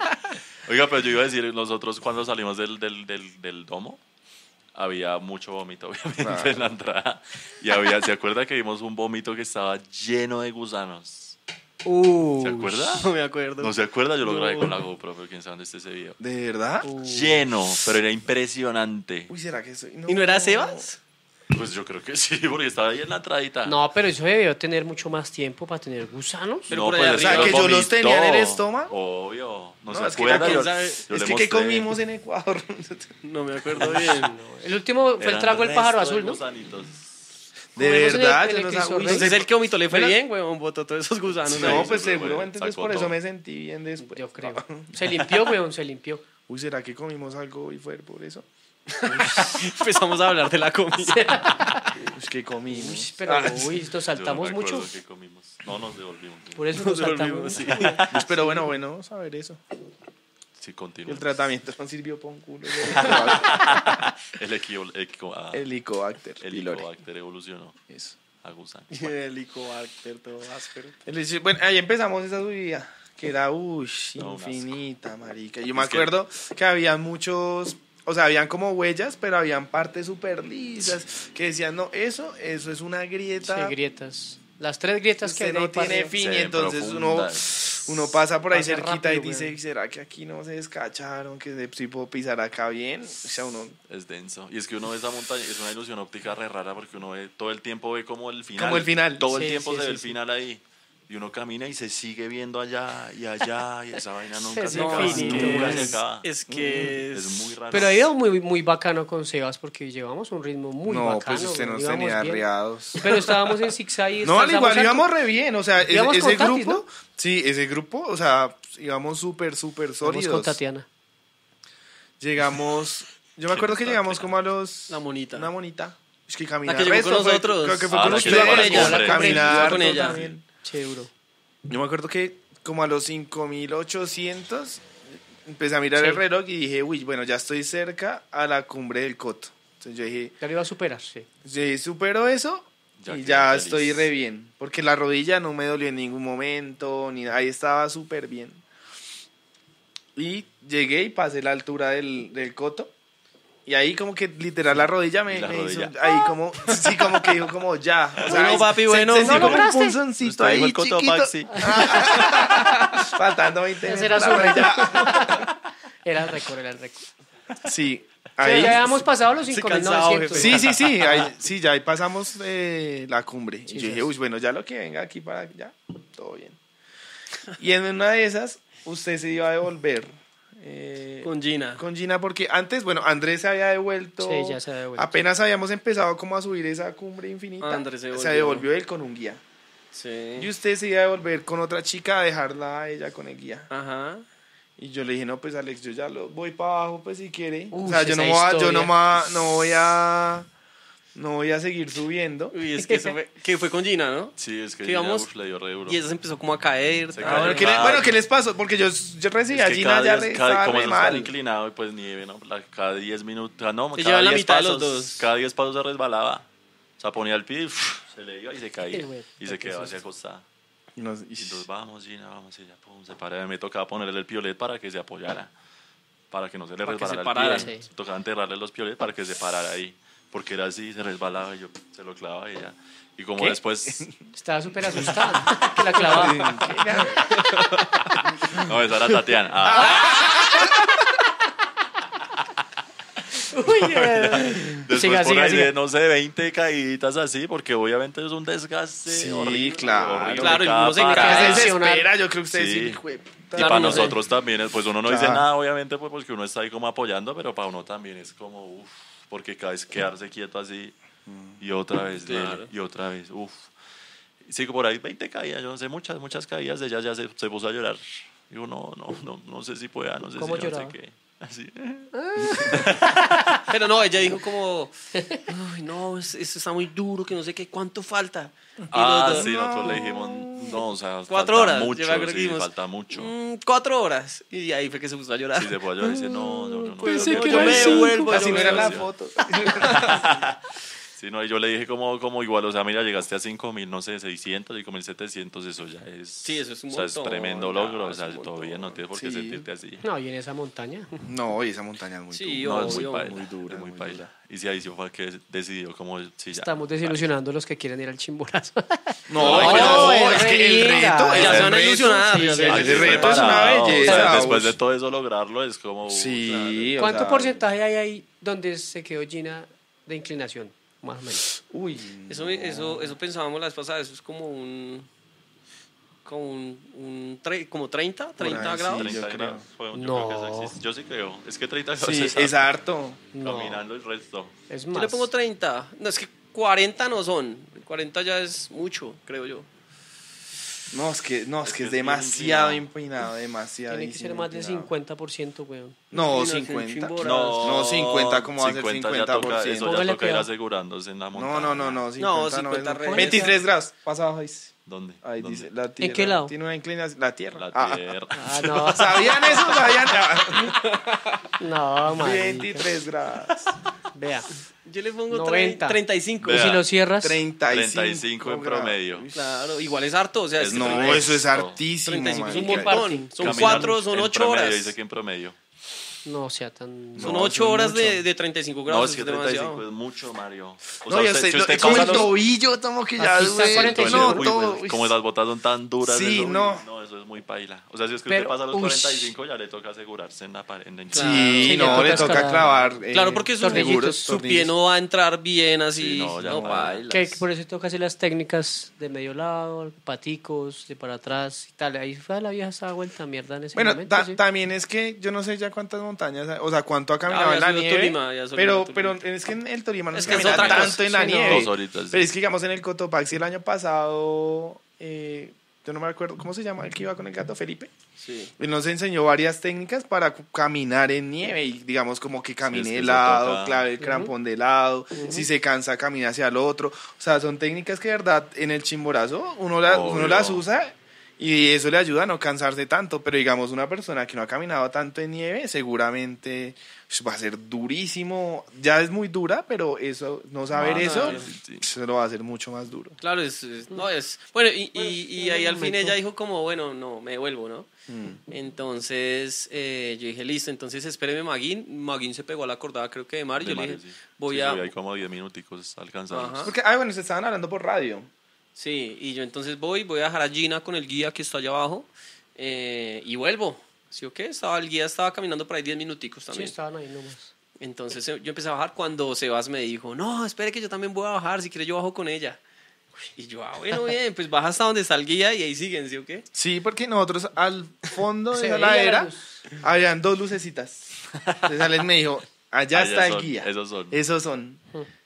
Oiga, pero yo iba a decir, nosotros cuando salimos del, del, del, del domo, había mucho vómito, obviamente, en la entrada. Y había, ¿se acuerda que vimos un vómito que estaba lleno de gusanos? Uh, ¿Se acuerda? No me acuerdo. No se acuerda, yo lo grabé con la GoPro, pero quién sabe dónde está ese video. ¿De verdad? Lleno, pero era impresionante. Uy, ¿será que soy? ¿Y no era Sebas? Pues yo creo que sí, porque estaba ahí en la entradita. No, pero eso debió tener mucho más tiempo para tener gusanos. Pero No, por pues, allá O sea, el señor arriba. que yo los vomitó. tenía en el estómago. Obvio. No, se No, es que acuerda. ya yo- quién sabe. yo Es le que ¿qué mostré. comimos en Ecuador? No me acuerdo bien. El último fue el Eran trago del pájaro resto de azul, ¿no? gusanitos. De Comimos en el- verdad, en yo el no sabía. Uy, Crisorrey. Entonces el que vomitó le fue Bueno. bien, weón. Botó todos esos gusanos. No, ahí. pues Sí, seguro, güey, entonces sacó por eso todo. me sentí bien después. Yo creo. Se limpió, weón, se limpió. Uy, ¿será que comimos algo y fue por eso? pues, Empezamos a hablar de la comida. Ah, Uy, ¿qué Uy, comimos? pero Ah, uy, nos Yo no saltamos me acuerdo mucho. qué comimos. No nos devolvimos. Por eso nos Nos saltamos. dormimos, sí. Uy, Pero bueno, bueno, saber eso. Sí, El continuamos. tratamiento no sirvió para un culo. El equio- equio- ah, El Helicobacter. el pylori. Helicobacter evolucionó Eso. a gusano. El helicobacter todo áspero. El- Bueno, ahí empezamos esa subida. que era, uy, No, un asco. infinita, marica. Yo me Es que- acuerdo que había muchos, o sea, habían como huellas, pero habían partes súper lisas que decían, no, eso, eso es una Sí, grieta. grietas. Las tres grietas que Usted hay no ahí, parce. tiene fin, Se y ven entonces uno, profundas. uno pasa por ahí Pasa cerquita y rápido, dice, weón. ¿será que aquí no se descacharon? Que se si puedo pisar acá bien. O sea, uno Es denso. Y es que uno ve esa montaña, es una ilusión óptica re rara porque uno ve, todo el tiempo ve como el final. Como el final. Todo el Sí, tiempo sí, se sí, ve el sí. final ahí. Y uno camina y se sigue viendo allá y allá y esa vaina nunca Es se acaba. infinito, Nunca se es, Mm, acaba. es que Es muy raro. Pero ha ido muy, muy bacano con Sebas porque llevamos un ritmo muy no, bacano. pues usted güey, nos íbamos tenía bien. arriados. Pero estábamos en zigzag y No, al descansamos igual harto. íbamos re bien, o sea, ese, Íbamos ese con Tatis, grupo, ¿no? sí, ese grupo, o sea, íbamos súper, súper Íbamos con sólidos. Tatiana. Llegamos, yo me acuerdo que llegamos como a los... La monita. Una monita. Es que caminaba. La que llegó con nosotros. creo que fue Ah, con la que ustedes. llegó con ella, la Caminar, que llegó con todo ella. también. Che, duro. Yo me acuerdo que como a los 5800 empecé a mirar Sí. el reloj y dije, uy, bueno, ya estoy cerca a la cumbre del coto. Entonces yo dije, Ya lo iba a superar, sí. Sí, supero Pues, eh, eso Ya y quedé ya feliz. estoy re bien. Porque la rodilla no me dolió en ningún momento, ni ahí estaba súper bien. Y llegué y pasé la altura del, del coto. Y ahí como que literal la rodilla me, Y la me rodilla. hizo ahí como, sí, como que dijo como ya. O Bueno, papi, se- bueno. se ¿No sintió como un lograste? punzoncito Usted dijo ahí el coto chiquito. Maxi. Faltando 20 Ese metros era la su rodilla. Era el récord, era el récord. Sí, Ahí ahí. ya habíamos pasado los Se cansaba, jefe. 5.900. Sí, sí, sí, ahí, sí, ya ahí pasamos eh, la cumbre. Y yo dije, Jesus. uy, bueno, ya lo que venga aquí para ya, todo bien. Y en una de esas, usted se iba a devolver eh, con, con Gina. Gina, porque antes, bueno, Andrés se había devuelto. Sí, ya se había devuelto. Apenas habíamos empezado como a subir esa cumbre infinita. Andrés se devolvió él con un guía. Y Sí. usted se iba a devolver con otra chica a dejarla a ella con el guía. Ajá. Y yo le dije, no, pues Alex, yo ya lo voy para abajo, pues si quiere. Uy, o sea, yo esa no, voy a- yo historia. no, ma- no voy a. No voy a seguir subiendo. Uy, es que eso fue, que fue con Gina, ¿no? Sí, es que Sí, ya, vamos. uf, le dio re duro. Y ella se empezó como a caer. Se tal. Ah, bueno, ¿qué le- Claro. bueno, ¿qué les pasó? Porque yo, yo recibí Es a que Gina cada ya día- re, cada- estaba como re eso está mal. inclinado y pues nieve, ¿no? La- cada 10 minutos, ah, no, Se cada llevan la 10 mitad de los pasos, dos. cada 10 pasos se resbalaba. O sea, ponía el pie y uf, se le iba y se caía. Sí, güey, y se qué quedaba así susto. acostada. Y nos- Y entonces, vamos, Gina, vamos, y ya, pum, se paraba. Me tocaba ponerle el piolet para que se apoyara, para que no se le Para que se resbalara el parara. pie. Sí. Tocaba enterrarle los piolets para que se parara ahí, porque era así, se resbalaba y yo se lo clavaba y ya. Y como ¿Qué? después, Estaba súper asustada que la clavaba. no, esa era Tatiana. Ah, Uy, eh. después siga, por siga, ahí de, siga. no sé, 20 caíditas así, porque obviamente es un desgaste Sí, horrible, claro. horrible de Claro, y cada uno se parada. Ah, Ah, se sí, una- desespera, yo creo que ustedes Sí. sí, hijo de puta. Y para uno se- nosotros también, es- pues uno no dice Claro. nada, obviamente, pues porque uno está ahí como apoyando, pero para uno también es como, uff, porque cada vez quedarse quieto así y otra vez, dele, Mm. Claro. y otra vez, uff. Sí, por ahí 20 caídas, yo no sé, muchas, muchas caídas de ella ya se, se puso a llorar. Y uno, no, no, no sé si pueda, no sé ¿Cómo si yo no sé lloraba? qué. Así. Pero no, ella dijo como, "Ay, no, es- esto está muy duro, que no sé qué, ¿cuánto falta? Y Ah, los dos, sí, nosotros le dijimos, no, o sea, Cuatro falta horas, yo mucho, me acuerdo que sí, dijimos, falta mucho. "Mm, cuatro horas. Y ahí fue que se puso a llorar. Sí, se puede llorar y dice, no, yo, yo no. Pues Pensé yo No, no que yo quiero me eran llorar". cinco. devuelvo. Así yo no me era la devuelvo. foto. Sí, no, y yo le dije como, como igual, o sea, mira, llegaste a 5.000, no sé, 600, 5.700, eso ya es... Sí, eso es un O sea, es montón, tremendo ya, logro, o es sea, un montón. todo bien, no tienes por qué Sí. sentirte así. No, y en esa montaña. No, y esa montaña es muy Sí, dura. No, es muy obvio, paila, muy dura, es muy, muy paila. dura. Y sí, ahí sí fue que decidió como, sí, ya. Estamos desilusionando a los que quieren ir al chimborazo. No, No, pero es es que el re linda. reto, Ya el se van a reto- ilusionar. sí, ya se van a Ese Estoy reto es ilusionar. una preparado, o sea, belleza, después uy. de todo eso lograrlo es como... uh, Sí, o ¿Cuánto sea, porcentaje hay ahí donde se quedó Gina de inclinación? Más o menos. Uy, Eso, me- eso, eso pensábamos la vez pasada, eso es como un... Como un, un tre- como 30, 30 ahí, sí. grados. 30 yo grados. Bueno, yo No. creo que eso existe. Yo sí creo. Es que 30 grados sí, es es harto. harto. No, Caminando el resto. es Yo más. le pongo 30. No, es que 40 no son. 40 ya es mucho, creo yo. No, es que, no, es, Es que que es es bien demasiado empinado. empinado, demasiado. Tiene que ser más del 50%, weón. No, Empinado, 50. sin chimborazo. No, no, 50, ¿cómo va a ser 50 ya 50%? toca- eso ya Póngale toca ir cuidado. asegurándose en la montaña. No, no, no, no, 50 no, 50 es- redes. 23 grados. Pasa abajo, dice. ¿Dónde? Ahí ¿Dónde? dice, la tierra. qué lado? Tiene una inclinación. La tierra. La Ah, tierra. Ah, no. ah. ¿Sabían eso? ¿Sabían? No, marica. 23 Ah, grados. Vea. Yo le pongo 90. 35. Y si Vea. lo cierras, 35, 35 en grados. promedio. Pues Claro, igual es harto. O sea, Es que No, treinta- es eso es harto. hartísimo, 35 es un marica. buen parking. Son Caminan cuatro, son en ocho promedio, horas. Dice que en promedio. no sea tan. Son No, ocho son horas mucho. de, de 35 No, grados. es que es 35 demasiado. es mucho, Mario. O No, sea, ya usted, sé, si no, usted es como el causa los- tobillo, tomo que ya Aquí está duele. 45. No, Uy, todo. güey, uy, Como las botas son tan duras. Sí, eso, uy, no. No, eso es muy paila. O sea, si es que Pero, usted pasa los uy. 45, ya le toca asegurarse en la pared. En la hinchada. Sí, Sí, le no, toca le toca escalar. clavar. eh, Claro, porque sus- seguros, su pie tornillos. no va a entrar bien así. Sí, no, no, ya no. bailas. Que por eso toca hacer las técnicas de medio lado, paticos, de para atrás y tal. Ahí fue la vieja esa vuelta mierda en ese Bueno, momento. ta- sí. también es que yo no sé ya cuántas montañas, o sea, cuánto ha caminado Había en la subido nieve. Tolima, había subido pero, Tolima. pero es que en el Tolima no Es se que es camina otra tanto cosa, en la sí, no. nieve. Dos horitas, sí. Pero es que digamos en el Cotopaxi el año pasado, eh, yo no me acuerdo cómo se llama el que iba con el gato Felipe. Sí. Él nos enseñó varias técnicas para cu- caminar en nieve y digamos como que camine es que de eso lado, toca. clave el crampón de lado, si se cansa camina hacia el otro. O sea, son técnicas que de verdad en el chimborazo uno, la- uno Obvio. las usa y eso le ayuda a no cansarse tanto, pero digamos una persona que no ha caminado tanto en nieve seguramente pues, va a ser durísimo, ya es muy dura, pero eso no saber Ah, Más eso difícil, se lo va a hacer mucho más duro. Claro, es, es- no es. Bueno, y, y- y Pues, en ahí el al fin momento. ella dijo como, bueno, no, me devuelvo, ¿no? Mm. Entonces eh, yo dije, listo, entonces espéreme Maguín. Maguín se pegó a la cordada, creo que de Mario. De yo le Mario, dije, sí. voy Sí, a... subí ahí como 10 minuticos alcanzamos. Ajá. Porque, ah, bueno, se estaban hablando por radio. Sí, y yo entonces voy, voy a dejar a Gina con el guía que está allá abajo eh, y vuelvo. ¿Sí o qué? Estaba, el guía estaba caminando por ahí 10 minuticos Sí, también. estaban ahí nomás. Entonces eh, yo empecé a bajar cuando Sebas me dijo, no, espere que yo también voy a bajar, si quiere yo bajo con ella. Y yo, ah, bueno, bien, pues baja hasta donde está el guía y ahí siguen, ¿sí o qué? Sí, porque nosotros al fondo Se de la veía la ladera luz. habían dos lucecitas. Entonces Alex me dijo, allá Allá está el Ah, son, guía. Eh, esos son. Esos son.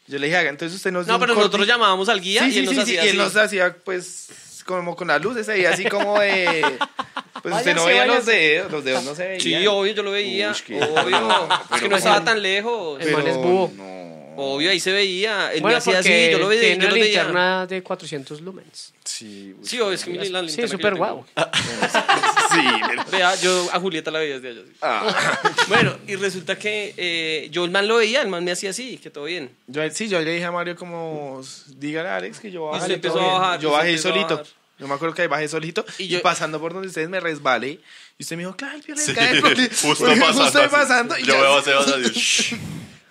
Yo le dije, haga, entonces usted nos dio No, un pero nosotros corti- llamábamos al guía Sí, y sí, él sí, nos sí, hacía y así. él nos hacía, pues, como con las luces, se veía así como de... Pues usted no Váyase, veía los váyase. dedos, los dedos no se veían. Sí, obvio, yo lo veía. Ush, qué- obvio. es que pero no estaba bueno. tan lejos. El man es búho. no. Obvio, ahí se veía. Él me Bueno, hacía así, porque yo lo veía. Tiene Yo lo una veía. linterna de 400 lumens. Sí, uy, Sí, obvio, es que mi- la Sí, linterna es que yo súper tengo. guau. sí, pero- Vea, yo a Julieta la veía desde allá. sí. Ah. Bueno, y resulta que eh, yo el man lo veía, el man me hacía así, que todo bien. Yo, sí, yo le dije a Mario como, dígale a Alex que yo Y bajé. se empezó todo a bien". bajar, y Yo se bajé empezó a solito. bajar. Yo me acuerdo que ahí bajé solito Y y, yo- pasando por donde ustedes me resbalé. Y usted me dijo, claro, el piolet Sí, cae porque justo porque pasando. justo así. pasando. y Yo ya- veo a Sebas así. "Shh".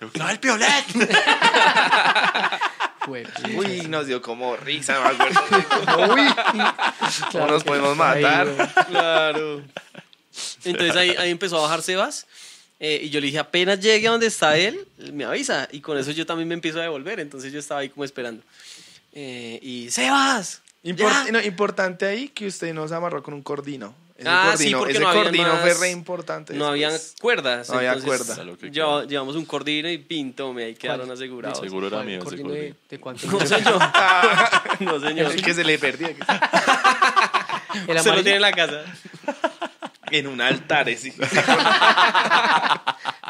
Yo, ¡Claro, el piolet! Güey, Uy, nos dio como risa, me acuerdo. Como, uy, ¿cómo nos que podemos está ahí, matar? güey. Claro. Entonces ahí, ahí empezó a bajar Sebas. eh, y yo le dije, apenas llegue a donde está él, me avisa. Y con eso yo también me empiezo a devolver. Entonces yo estaba ahí como esperando. Eh, y Sebas. Import- ya". no, importante ahí que usted nos amarró con un cordino. Ese Ah, sí, cordino, porque ese no habían cordino fue más- re importante. no habían después. cuerdas. No había entonces cuerda. Lo que lleva- queda. llevamos un cordino y pinto, me ahí quedaron ¿Cuál? asegurados. Seguro era mío, Coordino seguro. de, de cuánto? No, señor. no, señor. El que se le perdía. El Se lo amarillo. tiene en la casa. En un altar, sí.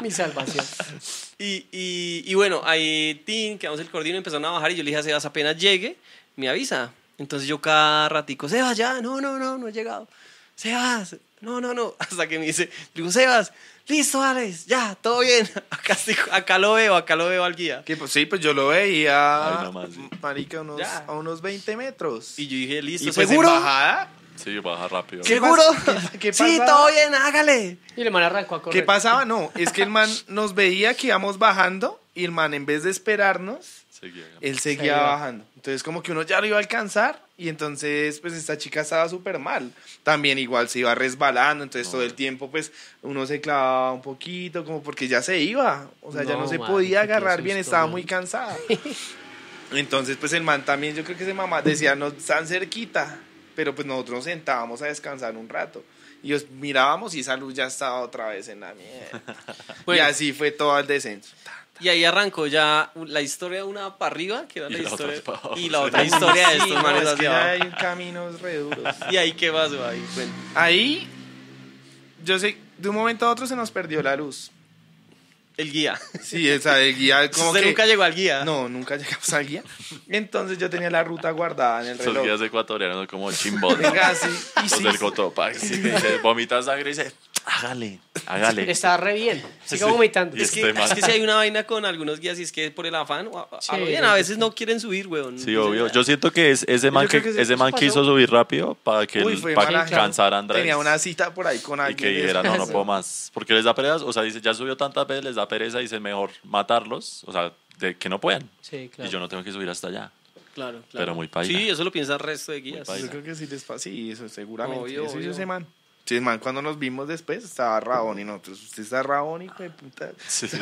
Mi salvación. Y, y, y bueno, ahí tin, quedamos el cordino, empezaron a bajar y yo le dije a Sebas, apenas llegue, me avisa. Entonces yo cada ratico, Sebas, ya, no, no, no, no he llegado. Sebas, no, no, no. Hasta que me dice, le digo, Sebas, listo, Alex, ya, todo bien. Acá, estoy- acá lo veo, acá lo veo al guía. Que, pues, sí, pues yo lo veía, Ay, no más, sí. marica, a unos, Ya. a unos 20 metros. Y yo dije, listo, Y pues, ¿seguro? en bajada, Sí, baja rápido. ¿Qué? ¿Seguro? ¿Qué- qué sí, pasaba? todo bien, hágale. Y el man arrancó a correr. ¿Qué pasaba? No, es que el man nos veía que íbamos bajando y el man en vez de esperarnos, Seguía. él Se seguía iba. bajando. Entonces como que uno ya lo iba a alcanzar y entonces pues esta chica estaba súper mal. También igual se iba resbalando, entonces todo el tiempo pues uno se clavaba un poquito como porque ya se iba, o sea, ya No, no se marica, podía qué agarrar bien, susto, estaba man. muy cansada. Entonces pues el man también, yo creo que ese mamá decía, no, tan cerquita, pero pues nosotros nos sentábamos a descansar un rato. Y os mirábamos y esa luz ya estaba otra vez en la mierda. Bueno. Y así fue todo el descenso. Y ahí arrancó ya la historia de una para arriba, que era Y la, la otra historia. para abajo. y la otra historia de estos manes es que hacia ya abajo. hay caminos re duros. Y ahí, ¿qué más, güey? Cuenta. Ahí, yo sé, de un momento a otro se nos perdió la luz. El guía. Sí, o sea, el guía como Usted que... nunca llegó al guía. No, nunca llegamos al guía. Entonces yo tenía la ruta guardada en el Esos reloj. guías ecuatorianos como chimbos. Venga, sí, y Los sí, del Cotopaxi. que dice, Vomita sangre y dice, hágale, hágale. Está re bien. Sí, Siga sí. vomitando. Y Es que, Este man. es que si hay una vaina con algunos guías y es que por el afán, o a, a- Sí. bien, a veces no quieren subir, weón. Sí, obvio. Yo siento que es, ese man, que, creo que sí, ese man eso quiso pasó. subir rápido para que, Uy, el- fue para mala- cansar a Andrés. Tenía una cita por ahí con y alguien. que de dijera, no, no esos. puedo más. Porque les da pereza, o sea, dice, ya subió tantas veces, les da pereza, dice, mejor matarlos, o sea, de que no puedan. Sí, claro. Y yo no tengo que subir hasta allá. Claro, claro. Pero muy paila. Sí, eso lo piensa el resto de paila. guías. Pues Yo creo que sí les pasa. Sí, eso seguramente. Obvio, eso hizo obvio. ese man. Sí, el man, cuando nos vimos después estaba Raón y nosotros. Usted está Raón y pues puta. Sí.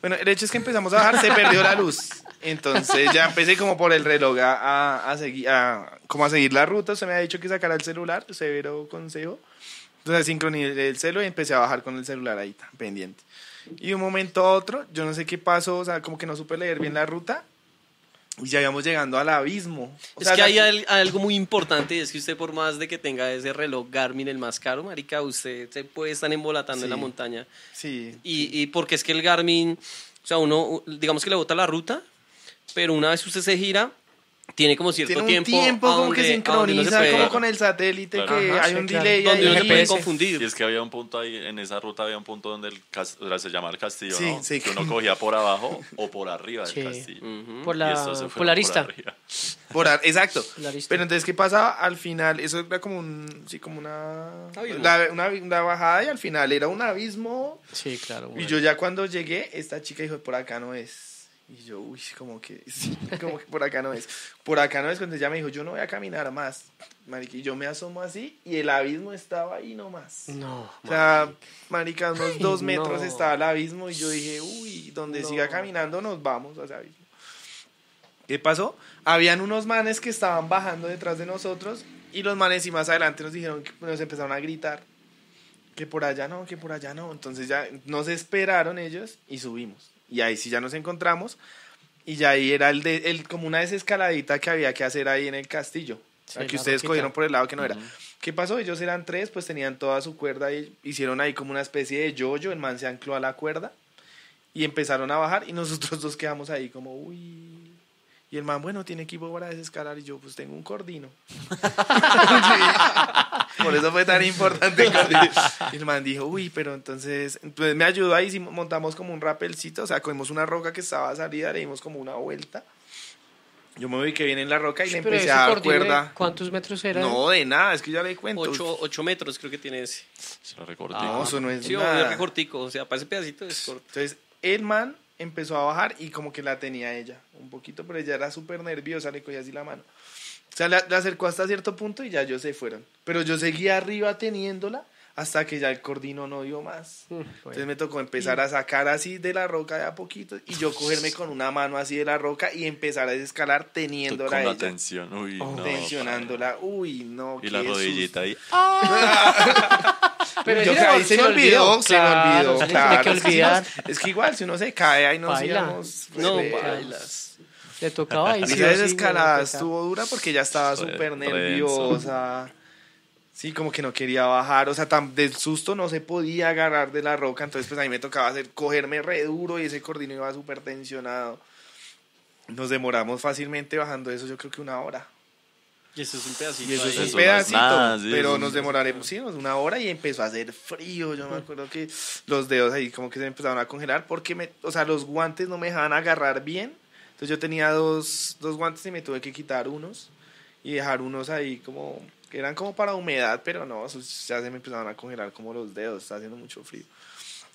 Bueno, el hecho es que empezamos a bajar, se perdió la luz. Entonces ya empecé como por el reloj a, a- a seguir, a- como a seguir la ruta. Se me ha dicho que sacara el celular, severo consejo. Entonces sincronicé el celular y empecé a bajar con el celular ahí, tan pendiente. Y de un momento a otro, yo no sé qué pasó, o sea, como que no supe leer bien la ruta. Y ya íbamos llegando al abismo. O Es sea, que la- hay al- algo muy importante y es que usted por más de que tenga ese reloj Garmin el más caro, marica, usted se puede estar embolatando en la Sí. montaña. Sí. Y, y porque es que el Garmin, o sea, uno, u- digamos que le bota la ruta, pero una vez usted se gira, tiene como cierto Tiene un tiempo. tiempo, a como donde- que a donde uno se sincroniza, puede- como con el satélite, Claro. que Ajá, hay sí, un claro. delay donde ahí. uno se puede GPS. Y confundir. es que había un punto ahí, en esa ruta había un punto donde el cas- o sea, se llama el castillo, Sí, ¿no? sí. Que uno cogía por abajo o por arriba del Sí. castillo. Por Y la, esto se fueron por la arista. arriba. Por ar- exacto. Polarista. Pero entonces, ¿qué pasaba? Al final, eso era como un. Sí, como una. Abismo. la- una, una bajada y al final era un abismo. Sí, claro. Y bueno. yo ya cuando llegué, esta chica dijo, por acá no es. Y yo, uy, como que. sí, como que por acá no es. Por acá no es. Cuando ella me dijo, yo no voy a caminar más. Marica, y yo me asomo así y el abismo estaba ahí nomás. No. O sea, marica, unos Ay, dos metros no. estaba el abismo y yo dije, uy, donde No. siga caminando nos vamos a ese abismo. ¿Qué pasó? Habían unos manes que estaban bajando detrás de nosotros y los manes y más adelante nos dijeron, que- nos empezaron a gritar que por allá no, que por allá no. Entonces ya nos esperaron ellos y subimos. Y ahí sí ya nos encontramos y ya ahí era el de, el, como una desescaladita que había que hacer ahí en el castillo. O sea, Sí, que la ustedes roquita. cogieron por el lado que no era. ¿Qué pasó? Ellos eran tres, pues tenían toda su cuerda y hicieron ahí como una especie de yoyo, el man se ancló a la cuerda y empezaron a bajar y nosotros dos quedamos ahí como, uy. Y el man, bueno, tiene equipo para desescalar y yo, pues tengo un cordino. Sí. Por eso fue tan importante el cordino. Y el man dijo, uy, pero entonces, entonces me ayudó ahí, hicimos- montamos como un rappelcito, o sea, cogimos una roca que estaba salida, le dimos como una vuelta. Yo me ubiqué bien en la roca y le Pero empecé ese a dar cordillo de- cuerda. ¿Cuántos metros era? No, de nada, es que ya le cuento. Ocho, ocho metros creo que tiene ese. Se lo recordé. No, eso no es Sí, obvio, nada. es cortico, o sea, para ese pedacito es corto. Entonces, el man empezó a bajar y como que la tenía ella, un poquito, pero ella era súper nerviosa, le cogía así la mano. O sea, la, la acercó hasta cierto punto y ya ellos se fueron. Pero yo seguía arriba teniéndola hasta que ya el cordino no dio más. Mm, Entonces bueno. me tocó empezar a sacar así de la roca de a poquito y yo cogerme con una mano así de la roca y empezar a escalar Tú teniéndola Con a la ella. tensión. Uy, no, Tensionándola. Uy, no. para. Y la qué rodillita ahí. Pero yo ese caí, no- se me olvidó, se me claro, olvidó, se le tiene claro. que Es que, si nos- olvidar. es que igual, si uno se cae, ahí nos Baila. íbamos. No, re- bailas. Le tocaba ahí. Y sí esa o sí, desescalada güey, le tocaba. estuvo dura porque ya estaba Re- súper re nerviosa. Sí, como que no quería bajar, o sea, tan, del susto no se podía agarrar de la roca, entonces pues a mí me tocaba hacer, cogerme re duro y ese cordino iba súper tensionado. Nos demoramos fácilmente bajando eso, yo creo que una hora. Y eso es un pedacito. Y eso es ahí. un Eso no es pedacito. nada, sí, pero eso nos es- demoraremos, sí, una hora y empezó a hacer frío. Yo me acuerdo que los dedos ahí como que se me empezaron a congelar porque, me, o sea, los guantes no me dejaban agarrar bien. Entonces yo tenía dos, dos guantes y me tuve que quitar unos y dejar unos ahí como que eran como para humedad, pero no, esos ya se me empezaron a congelar como los dedos, está haciendo mucho frío.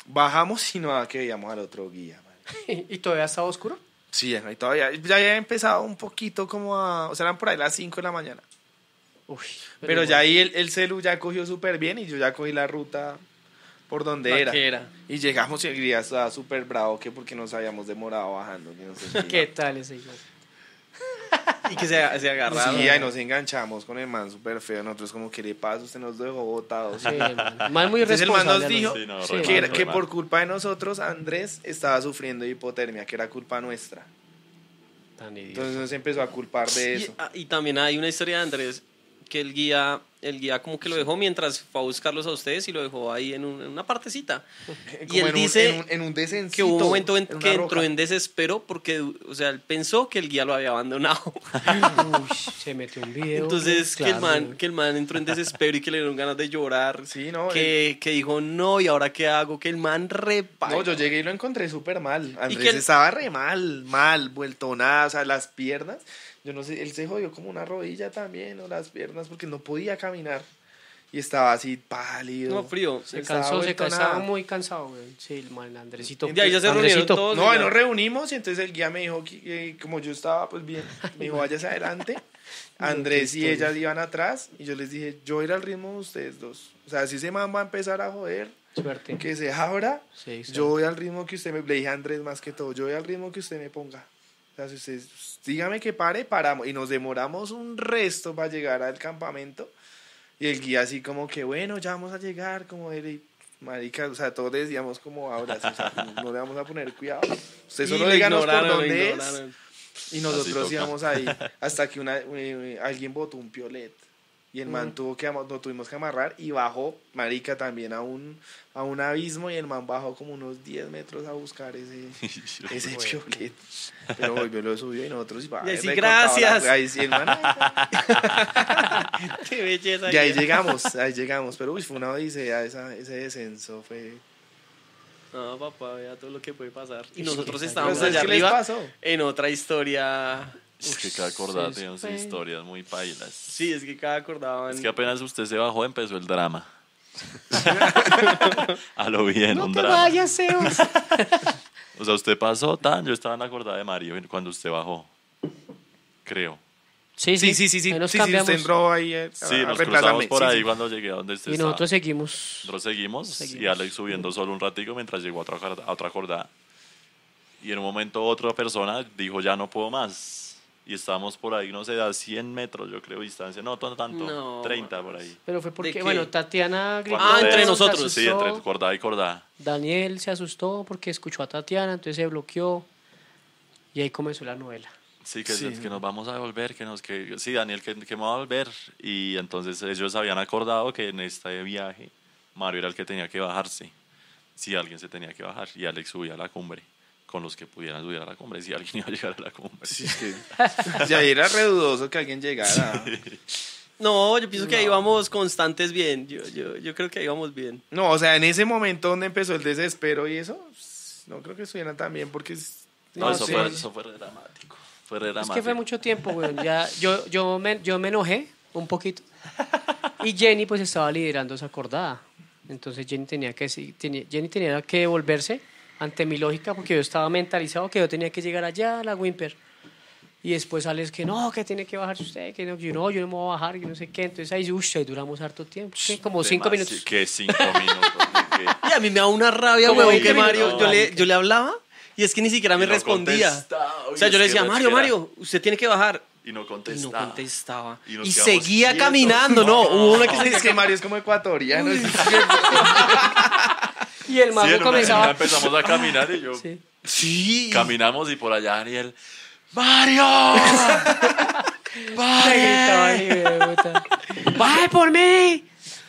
Bajamos y no, que veíamos al otro guía. man. ¿Y todavía estaba oscuro? Sí, ahí todavía, ya había empezado un poquito como a, o sea, eran por ahí las 5 de la mañana. Uy. Pero ya ahí igual. el, el celu ya cogió súper bien y yo ya cogí la ruta por donde La era. que era. Y llegamos y el guía estaba súper bravo que porque nos habíamos demorado bajando. Que no sé ¿Qué tal ese hijo? Y que se, se agarraron. Sí, ahí nos enganchamos con el man súper feo. Nosotros como, ¿qué le pasa? Usted nos dejó botados. Sí, man. Man muy Entonces el man responsable. nos dijo Sí, no, que, era- man, que man. por culpa de nosotros Andrés estaba sufriendo de hipotermia, que era culpa nuestra. Tan idiota. Entonces nos empezó a culpar de Y, eso. ah, y también hay una historia de Andrés que el guía El guía como que lo dejó mientras fue a buscarlos a ustedes y lo dejó ahí en, un- en una partecita. Como Y él en un- dice en un, en un descenso. que hubo un momento en en una que entró roca. en desespero porque, o sea, él pensó que el guía lo había abandonado. Uy, se metió un video. Entonces, que, el claro, man, güey. que el man entró en desespero y que le dieron ganas de llorar. Sí, no, Que, que dijo, no, ¿y ahora qué hago? Que el man repa. No, yo llegué y lo encontré súper mal. que Andrés él- estaba re mal, mal, vuelto nada, o sea, las piernas. Yo no sé, él se jodió como una rodilla también, o las piernas, porque no podía caminar. Y estaba así pálido. No, frío. Se estaba cansó, se vuelto cansó, estaba nada. muy cansado, güey. Sí, el man, Andresito. De ahí ya se reunieron Andresito. todos. No, y y ya. nos reunimos y entonces el guía me dijo que eh, como yo estaba pues bien, me dijo váyase adelante. Andrés y ellas iban atrás y yo les dije, yo voy a ir al ritmo de ustedes dos. O sea, si ese man va a empezar a joder, Suerte. que se abra, Sí, exacto. yo voy al ritmo que usted me... Le dije a Andrés más que todo, yo voy al ritmo que usted me ponga. O sea, si usted... Dígame que pare, paramos. Y nos demoramos un resto para llegar al campamento. Y el guía así como que, bueno, ya vamos a llegar, como él y... Marica, o sea, todos decíamos como ahora, sí, o sea, no le vamos a poner cuidado. Usted Y solo lo díganos por ignoraron, lo dónde es. ignoraron. Y Así nosotros toca. íbamos ahí. Hasta que una, eh, alguien botó un piolet. Y el man tuvo que, ama- lo tuvimos que amarrar y bajó, marica, también a un, a un abismo. Y el man bajó como unos 10 metros a buscar ese, ese piolet. Pero volvió, lo subió y nosotros... Y ahí sí, le contaba la- gracias. Ahí sí, el man, "Ay". Ah, Qué belleza. Y ahí guía. llegamos, ahí llegamos. Pero uy, fue una odisea, esa- ese descenso fue... No, papá, vea todo lo que puede pasar. Y Es nosotros que- estábamos Pero, ¿sabes allá qué les arriba pasó? en otra historia. Es que cada acordada sí, tenía sus fue- historias muy pailas. Sí, es que cada acordaban. Es que apenas usted se bajó, empezó el drama. a lo bien, No un te drama. vayas, Sebas. O sea, usted pasó tan. Yo estaba en la acordada de Mario cuando usted bajó. Creo. Sí, Sí, sí, sí, sí. Ahí nos sí, sí, cambiamos. usted entró ahí eh, a, Sí, a nos cruzamos reemplazarme. por Sí, ahí sí. cuando llegué a donde usted y estaba. nosotros seguimos. Nosotros seguimos, y Seguimos. Alex subiendo solo un ratico mientras llegó a otra, jorda- a otra jornada. Y en un momento otra persona dijo, ya no puedo más. Y estábamos por ahí, no sé, a 100 metros, yo creo, distancia. No, tan- tanto, No, 30 por ahí. Pero fue ¿De porque, qué? bueno, Tatiana gritó. Ah, entre se nosotros. Sí, asustó, entre cordada y cordada. Daniel se asustó porque escuchó a Tatiana, entonces se bloqueó. Y ahí comenzó la novela. Sí, que, Sí. es- que nos vamos a volver, que nos que sí, Daniel, que, que me va a volver. Y entonces ellos habían acordado que en este viaje Mario era el que tenía que bajarse. Si alguien se tenía que bajar y Alex subía a la cumbre con los que pudieran subir a la cumbre, si alguien iba a llegar a la cumbre. Sí, es que- y ahí era redudoso que alguien llegara. No, yo pienso que ahí vamos constantes bien. Yo, yo, yo creo que ahí vamos bien. No, o sea, en ese momento donde empezó el desespero y eso, pues, no creo que estuvieran tan bien porque... es- No, no eso, sé. fue, eso fue re dramático. Fue re Es dramático. que fue mucho tiempo, güey. Ya, yo, yo, me, yo me enojé un poquito. Y Jenny pues estaba liderando esa acordada. Entonces Jenny tenía que, sí- tenía- Jenny tenía que devolverse ante mi lógica porque yo estaba mentalizado que yo tenía que llegar allá a la Wimper. Y después sales que no, que tiene que bajarse usted, que no, yo no, yo no me voy a bajar, que no sé qué. Entonces ahí, ush, ahí duramos harto tiempo, ¿qué? como cinco Demasi- minutos. Que cinco minutos. ni que- Y a mí me da una rabia, Como huevón, que 20 Mario. minutos. Yo le, yo le hablaba y es que ni siquiera me Y no respondía. contestaba, O sea, y yo le es que decía, Mario, era- Mario, usted tiene que bajar. Y no Y no contestaba. contestaba. Y Y, nos quedamos seguía quietos. caminando, no. Hubo una que se Es que Mario es como ecuatoriano. es- Y el Sí, mago en una- en una comenzaba... empezamos a caminar y yo. Sí. Sí. Caminamos y por allá Daniel. ¡Mario! Le gritaba ¡Mario! ahí, güey, puta. ¡Baje por mí!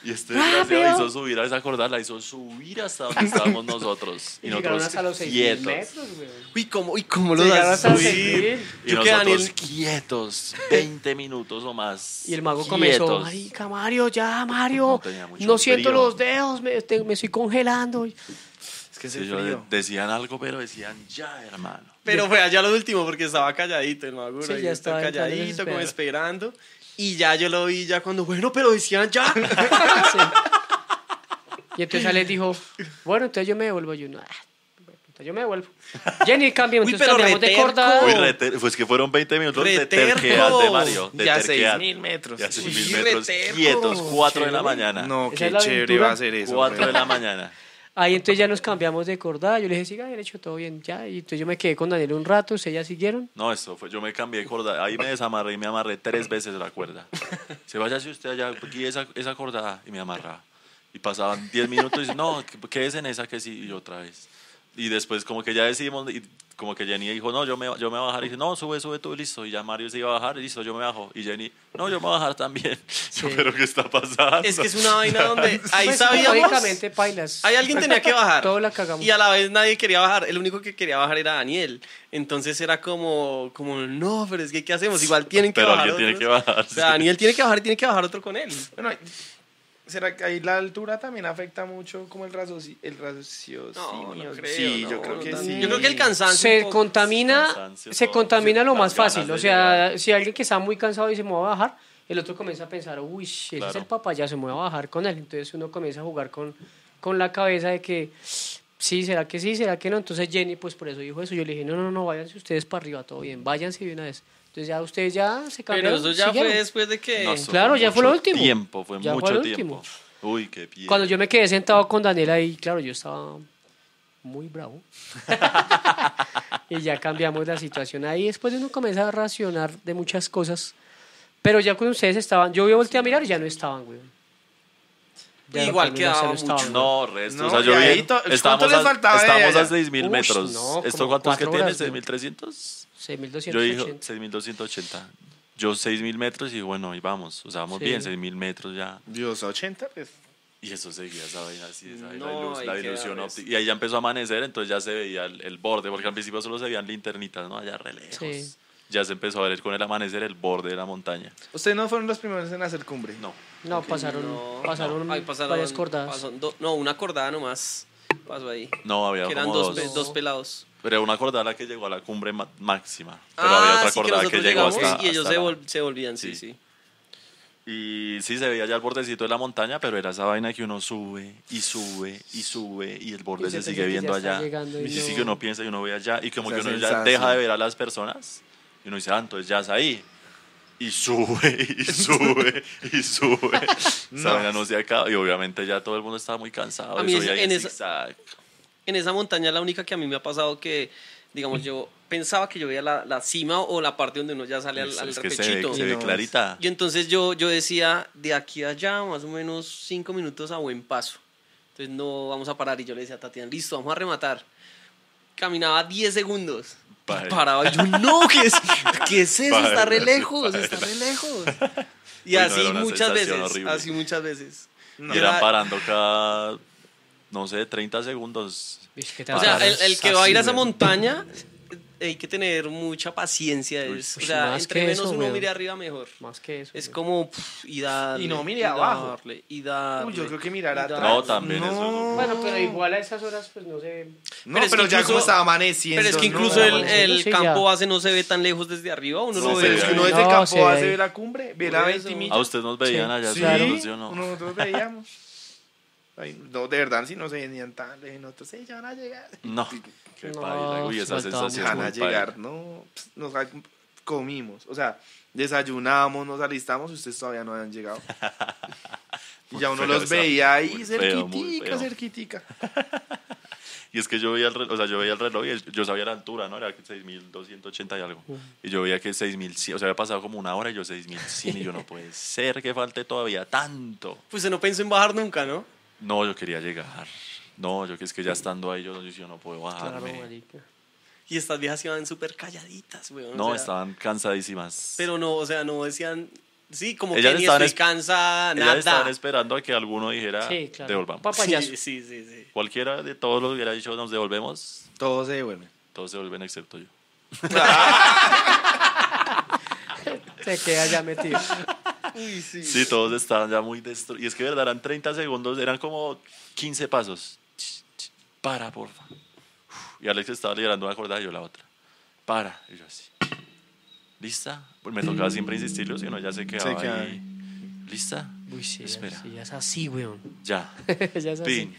Y este desgraciado ¡Rápido! hizo subir a esa cordada, la hizo subir hasta donde estábamos nosotros. Y, Y llegaron nosotros hasta los seis mil quietos. metros, güey. Uy, ¿cómo, uy, cómo lo Llegaron hasta das? los seis mil. Y Yo que nosotros Daniel- quietos, 20 minutos o más. Y el mago comenzó, quietos. marica, Mario, ya, Mario, No tenía mucho no siento frío. los dedos, me, te- me estoy congelando. Es que Sí, se yo de- frío. decían algo, pero decían ya, hermano. Pero fue allá lo último porque estaba calladito el mago. Sí, ahí ya estaba estaba entrando calladito, como desesperado. esperando. Y ya yo lo vi ya cuando, bueno, pero decían ya. Sí. Y entonces Alex dijo, bueno, entonces yo me devuelvo. Yo, no, ah, entonces yo me devuelvo. Jenny, cambia, Uy, entonces pero cambiamos de reterco. corda. Uy, reter- pues que fueron 20 minutos de Reterco. terquedad de Mario. De Ya terquedad. 6.000 metros. Ya 6.000 Sí, metros reterco. quietos, 4 de la mañana. No, Esa qué es la chévere aventura. va a ser eso. 4 de güey. la mañana. Ahí entonces ya nos cambiamos de corda. Yo le dije, siga derecho, todo bien, ya. Y entonces yo me quedé con Daniel un rato, ustedes ya siguieron. No, eso fue. Yo me cambié de corda. Ahí me desamarré y me amarré tres veces la cuerda. Se vaya si usted allá, guíe esa, esa corda y me amarraba. Y pasaban 10 minutos y dice, no, qu- quédese en esa que sí, y yo otra vez. Y después como que ya decidimos, y como que Jenny dijo, no, yo me, yo me voy a bajar. Y dije, no, sube, sube tú, listo. Y ya Mario se iba a bajar, listo, yo me bajo. Y Jenny, no, yo me voy a bajar también. Yo, Sí. pero ¿qué está pasando? Es que es una vaina donde ahí Pues, sabíamos. lógicamente, pailas. Ahí alguien tenía que bajar. Todos la cagamos. Y a la vez nadie quería bajar. El único que quería bajar era Daniel. Entonces era como, como no, pero es que ¿qué hacemos? Igual tienen que Pero bajar. alguien tiene otros. que bajar, O sea, sí. Daniel tiene que bajar y tiene que bajar otro con él. Bueno, ahí- ¿será que ahí la altura también afecta mucho como el, razoci- el raciocinio? No, no creo. sí, no, yo creo no que tanto. sí. Yo creo que el cansancio. un se poco- contamina, cansancio, se todo. contamina lo Las más ganas fácil. de O sea, llegar. si alguien que está muy cansado dice me voy a bajar, el otro comienza a pensar, uy, ese es Claro. el papayazo, me voy a bajar con él. Entonces uno comienza a jugar con, con la cabeza de que sí, será que sí, será que no. Entonces Jenny, pues por eso dijo eso. Yo le dije, no, no, no, váyanse ustedes para arriba, todo bien, váyanse de una vez. Entonces ya ustedes ya se Pero cambiaron. eso ya siguieron. fue después de que. No, eso claro, ya fue lo mucho último. Tiempo, fue Ya fue mucho lo tiempo. último. Uy, qué bien. Cuando yo me quedé sentado con Daniela ahí, claro, yo estaba muy bravo. y ya cambiamos la situación ahí. Después uno comienza a racionar de muchas cosas. Pero ya cuando ustedes estaban, yo volteé a mirar y ya no estaban, güey. Igual cuando quedaba ya mucho. No, resto. No, o sea, y yo ahí vi. to- ¿cuánto Estamos les a, faltaba de estamos a allá? 6.000 Uy, metros. no, ¿Esto como cuánto es que cuatro tiene? horas, güey. ¿6.300? Yo dije 6.280. 6.280. Yo 6.000 metros y bueno, y vamos. O sea, vamos Sí. bien, 6.000 metros ya. Dios, 80, pues. Y eso seguía esa vaina así, esa vaina No, de luz, ahí la queda, ilusión ves. óptica. Y ahí ya empezó a amanecer, entonces ya se veía el, el borde, porque al principio solo se veían linternitas, ¿no? Allá re lejos. Sí. Ya se empezó a ver con el amanecer el borde de la montaña. Ustedes no fueron los primeros en hacer cumbre. No. No, pasaron, No, pasaron, no, ahí pasaron- varias cordadas. pasaron do- no, una cordada nomás pasó ahí. No, había que eran como dos, dos. pe- dos No. pelados. Pero una cordada la que llegó a la cumbre ma- máxima. Pero Ah, había otra sí, que cordada que, nosotros llegó llegamos hasta. Y ellos hasta se, la- vol- se volvían, sí, Sí. sí. Y sí, se veía ya el bordecito de la montaña, pero era esa vaina que uno sube y sube y sube y el borde Y se se sigue piensa que viendo ya está allá. llegando Y y sí, sí no. que uno piensa y uno ve allá y como Esa que uno ya sensación. deja de ver a las personas y uno dice, ah, entonces ya es ahí. Y sube y sube y sube. Esa No. vaina no se acaba. Y obviamente ya todo el mundo estaba muy cansado. A y mí subía es- ahí en esa- zigzag. En esa montaña la única que a mí me ha pasado que, digamos, yo pensaba que yo veía la, la cima o la parte donde uno ya sale al, Es- al es que se ve, repechito. se Y ve no es- clarita. Y entonces yo, yo decía, de aquí a allá, más o menos cinco minutos a buen paso. Entonces no vamos a parar. Y yo le decía a Tatiana, listo, vamos a rematar. Caminaba 10 segundos. Paila. Paraba. Y yo, no, ¿qué es, ¿qué es eso? Está re Paila, lejos, paila. está re lejos. Y Uy, no, así era una muchas veces. sensación horrible. Así muchas veces. Y eran parando cada, no sé, 30 segundos. Uy, ¿qué tal? O sea, Claro, el, el que Así, va a ir a esa güey. montaña eh, hay que tener mucha paciencia. Uy, es- o uy, sea, más entre que menos eso, uno güey. mire arriba, mejor. Más que eso. Es güey. como pff, y darle. Y no mire y abajo. darle, y darle, Uy, yo creo que y mirar atrás. darle. No, también eso no. Bueno, pero igual a esas horas, pues no sé. No, Pero pero, es que ya incluso- como estaba amaneciendo. Pero es que ¿no? incluso el, amaneciendo, el sí, ya. campo base no se ve tan lejos desde arriba. No Uno lo No, se pero ve. es ve que uno ahí. desde No, se campo ve base ahí. ve la cumbre, ve Por la eso. 20 millas. A ustedes nos veían allá, Sí, claro, ¿sí o no? nosotros veíamos. Ay, no, de verdad, si no se venían tan lejos, nosotros sí, ya van a llegar. No. Qué No, paila, uy, se esa sensación. faltaba Sí, Se es van muy a paila. llegar, no, Pss, nos a- comimos, o sea, desayunamos, nos alistamos, y ustedes todavía no habían llegado. Y ya uno Muy feo los esa- veía muy ahí, feo, muy cerquitica, feo. cerquitica. Y es que yo veía el reloj, o sea, yo veía el reloj y el- yo sabía la altura, ¿no? Era que 6.280 y algo. Y yo veía que 6.100, o sea, había pasado como una hora y yo 6.100 y yo no puede ser que falte todavía tanto. Pues se no pensó en bajar nunca, ¿no? No, yo quería llegar. No, yo que es que ya estando ahí yo, yo, yo no puedo Claro, bajarme. marica. Y estas viejas iban súper calladitas, weón. o no, sea, estaban cansadísimas. Pero no, o sea, no decían. Sí, como Ellas que ni estaban estoy esp- cansada, Ellas estaban nada. esperando a que alguno dijera, Sí, claro. devolvamos. Papá, payaso. Sí, sí, sí, sí. Cualquiera de todos los hubiera dicho, nos devolvemos, Todos se devuelven. todos se devuelven excepto yo. Se queda ya metido. Sí, todos estaban ya muy destruidos. Y es que, verdad, eran 30 segundos, eran como 15 pasos. Ch, ch, Para, porfa. Uf, Y Alex estaba liderando una cuerda y yo la otra. Para. Y yo así. ¿Lista? Pues me tocaba siempre insistirlo, si no ya se quedaba queda ahí. ¿Lista? Uy, sí, Espera. ya, sí, ya es así, weón. Ya. ya es así. Pin.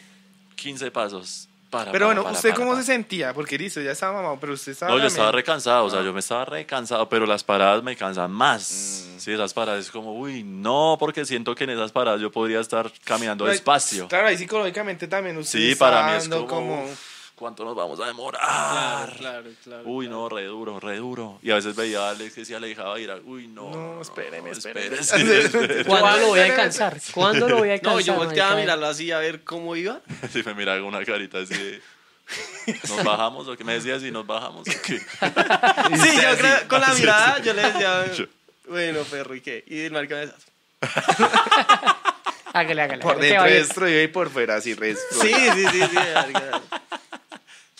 15 pasos. Para. Pero para, bueno, para, ¿usted para, cómo para. se sentía? Porque listo, ya estaba mamado, pero usted estaba... No, yo también- Ah. estaba recansado, o sea, yo me estaba recansado, pero las paradas me cansan más. Mm. Sí, esas paradas es como, uy, no, porque siento que en esas paradas yo podría estar caminando No, despacio. Claro, ahí psicológicamente también usted Sí, está para mí es dando como, como... "Uf, ¿cuánto nos vamos a demorar? Claro, claro, claro. Uy, no, re duro, re duro. Y a veces veía a Alex que se alejaba y era, uy, no. No, espéreme, espéreme. espérese. ¿Cuándo lo voy a Espérame. alcanzar? ¿Cuándo lo voy a alcanzar? No, yo volteaba a marica? mirarlo así a ver cómo iba. Sí, me miraba con una carita así de, ¿Nos bajamos o qué? Me decías si nos bajamos o qué. Sí, yo creo, con la Así, mirada así. yo le decía, Yo. bueno, perro, ¿y qué? Y el marica me decía, Hágale, hágale. Por hágale, que dentro va bien. destruido y por fuera así resto. sí, sí, sí, sí, marica.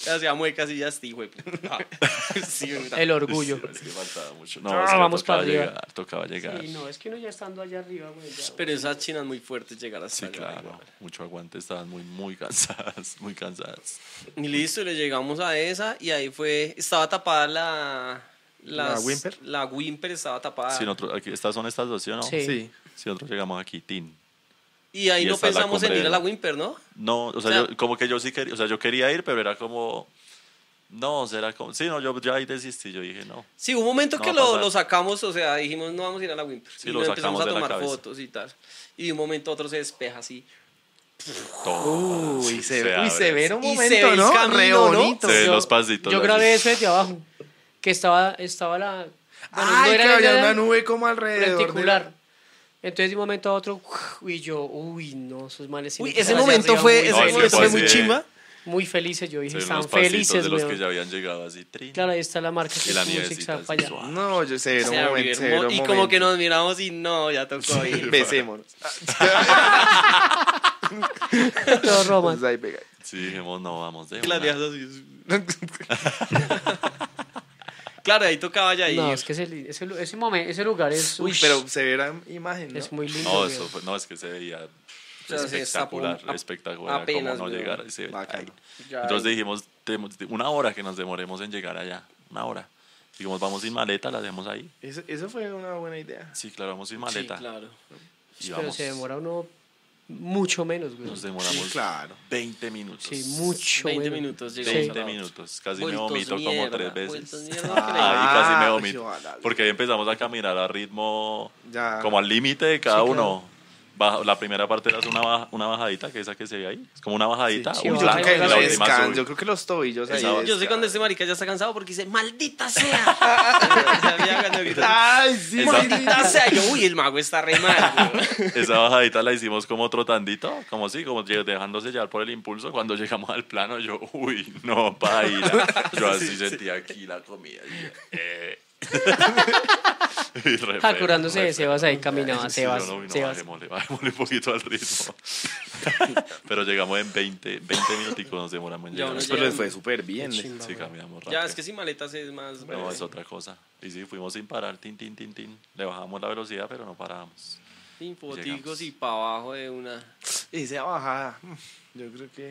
Ya hacía muecas y ya sí, güey. Ah, sí, güey, mira. El orgullo. Es que faltaba mucho. No, Ah, es que vamos tocaba para arriba. llegar, tocaba llegar. Sí, no, es que uno ya estando allá arriba, güey. ya, güey. Pero esas chinas muy fuertes llegar hasta Sí, allá, claro. Mucho aguante. Estaban muy, muy cansadas. Muy cansadas. Y listo, y le llegamos a esa y ahí fue, estaba tapada la... ¿La las- Wimper? La Wimper estaba tapada. Si nosotros- aquí, estas son estas dos, ¿sí o no? Sí. Sí. Si nosotros llegamos aquí, tin. y ahí y no está la pensamos en ir a la cumbrera. Wimper, ¿no? No, o sea, O sea- yo- como que yo sí quería, o sea, yo quería ir, pero era como, no, será como, sí, no, yo ya ahí desistí, yo dije, no, Sí, hubo un momento No que va a lo, pasar. lo sacamos, o sea, dijimos no vamos a ir a la Wimper. Sí, y lo nos sacamos empezamos a de la tomar cabeza. fotos y tal. Y de un momento a otro se despeja así. todo. Uy, Sí, se, uy, abre. se ve en un Y se momento, ve el ¿no? camino, Re ¿no? bonito. Se ven Yo- los pasitos. Yo así. grabé eso desde abajo. Que estaba, estaba la. bueno, Ay, no que era- había era una nube como alrededor. de- Reticular. Entonces, de un momento a otro, y yo, uy, no, esos manes. sí Uy, me ese pasan hacia momento arriba, fue, muy ese No, sí, felices. momento fue fue muy así de- chimba. Muy felices, yo Se dije, ven están los pasitos felices, de los que weón. ya habían llegado así, trin. Claro, ahí está la marca que Y la es como un nievecita, zigzag así, para allá. suave. No, yo se ve en Se un abrió momento. el se ve en mo- un y como que momento. nos miramos y no, ya tocó ir. Besémonos. Todo Pues Roman. Entonces ahí pega. Sí, dijimos, no, vamos de Y las una. viejas así. Claro, ahí tocaba ya ir. No, es que ese, ese, lu- ese, momen- ese lugar es, Uy, ush, pero se ve la imagen, ¿no? es muy lindo. No, weón. eso fue- no, es que se veía sea, se espectacular, destapó un- espectacular, apenas, como no weón. llegar. se- Bacano. ay. Ya, Entonces ahí. dijimos, tenemos una hora que nos demoremos en llegar allá, una hora. Dijimos, vamos sin maleta, la dejamos ahí. Eso, eso fue una buena idea. Sí, claro, vamos sin Sí, maleta. claro. Y Pero vamos. se demora uno mucho menos, güey. Nos demoramos Sí, claro. 20 minutos. Sí, mucho 20 menos. minutos llegamos. 20 a la otra. minutos. Casi me Vueltos vomito como mierda, tres vueltos veces. mierda, Ahí Ah, casi me sí, vomito. ojalá. Porque ahí empezamos a caminar a ritmo, Ya. como al límite de cada Sí, claro. uno. Baja- la primera parte era una, baja- una bajadita, que esa que se ve ahí. Es como una bajadita. Sí, un Uy, yo, ojalá. blanco, creo que y la los última descan- azul. yo creo que los tobillos ahí. Esa- creo. Yo sé descan- cuando este marica ya está cansado porque dice, maldita sea. Ya había ganado grito, Ay, sí, Esa- Maldita sea. Yo, uy, el mago está re mal. güey". Esa bajadita la hicimos como trotandito, como así, como lle- dejándose llevar por el impulso. Cuando llegamos al plano, yo, uy, no, paila. Yo así sentía aquí la comida. Y, yo, eh. Y re Ah, feo, curándose re de feo. Sebas ahí caminaba, Sí, Sebas. yo no, uy, no, Sebas. bajémosle, bajémosle un poquito al ritmo. Pero llegamos en 20, 20 minuticos, nos demoramos en Ya llegar. uno Pero les fue súper bien. Sí, cambiamos rápido. Ya, es que sin maletas es más. No, breve. es otra cosa. Y sí, fuimos sin parar, tin, tin, tin, tin. Le bajamos la velocidad, pero no parábamos. Sin Llegamos. foticos y para abajo de una. Esa bajada. mm, Yo creo que.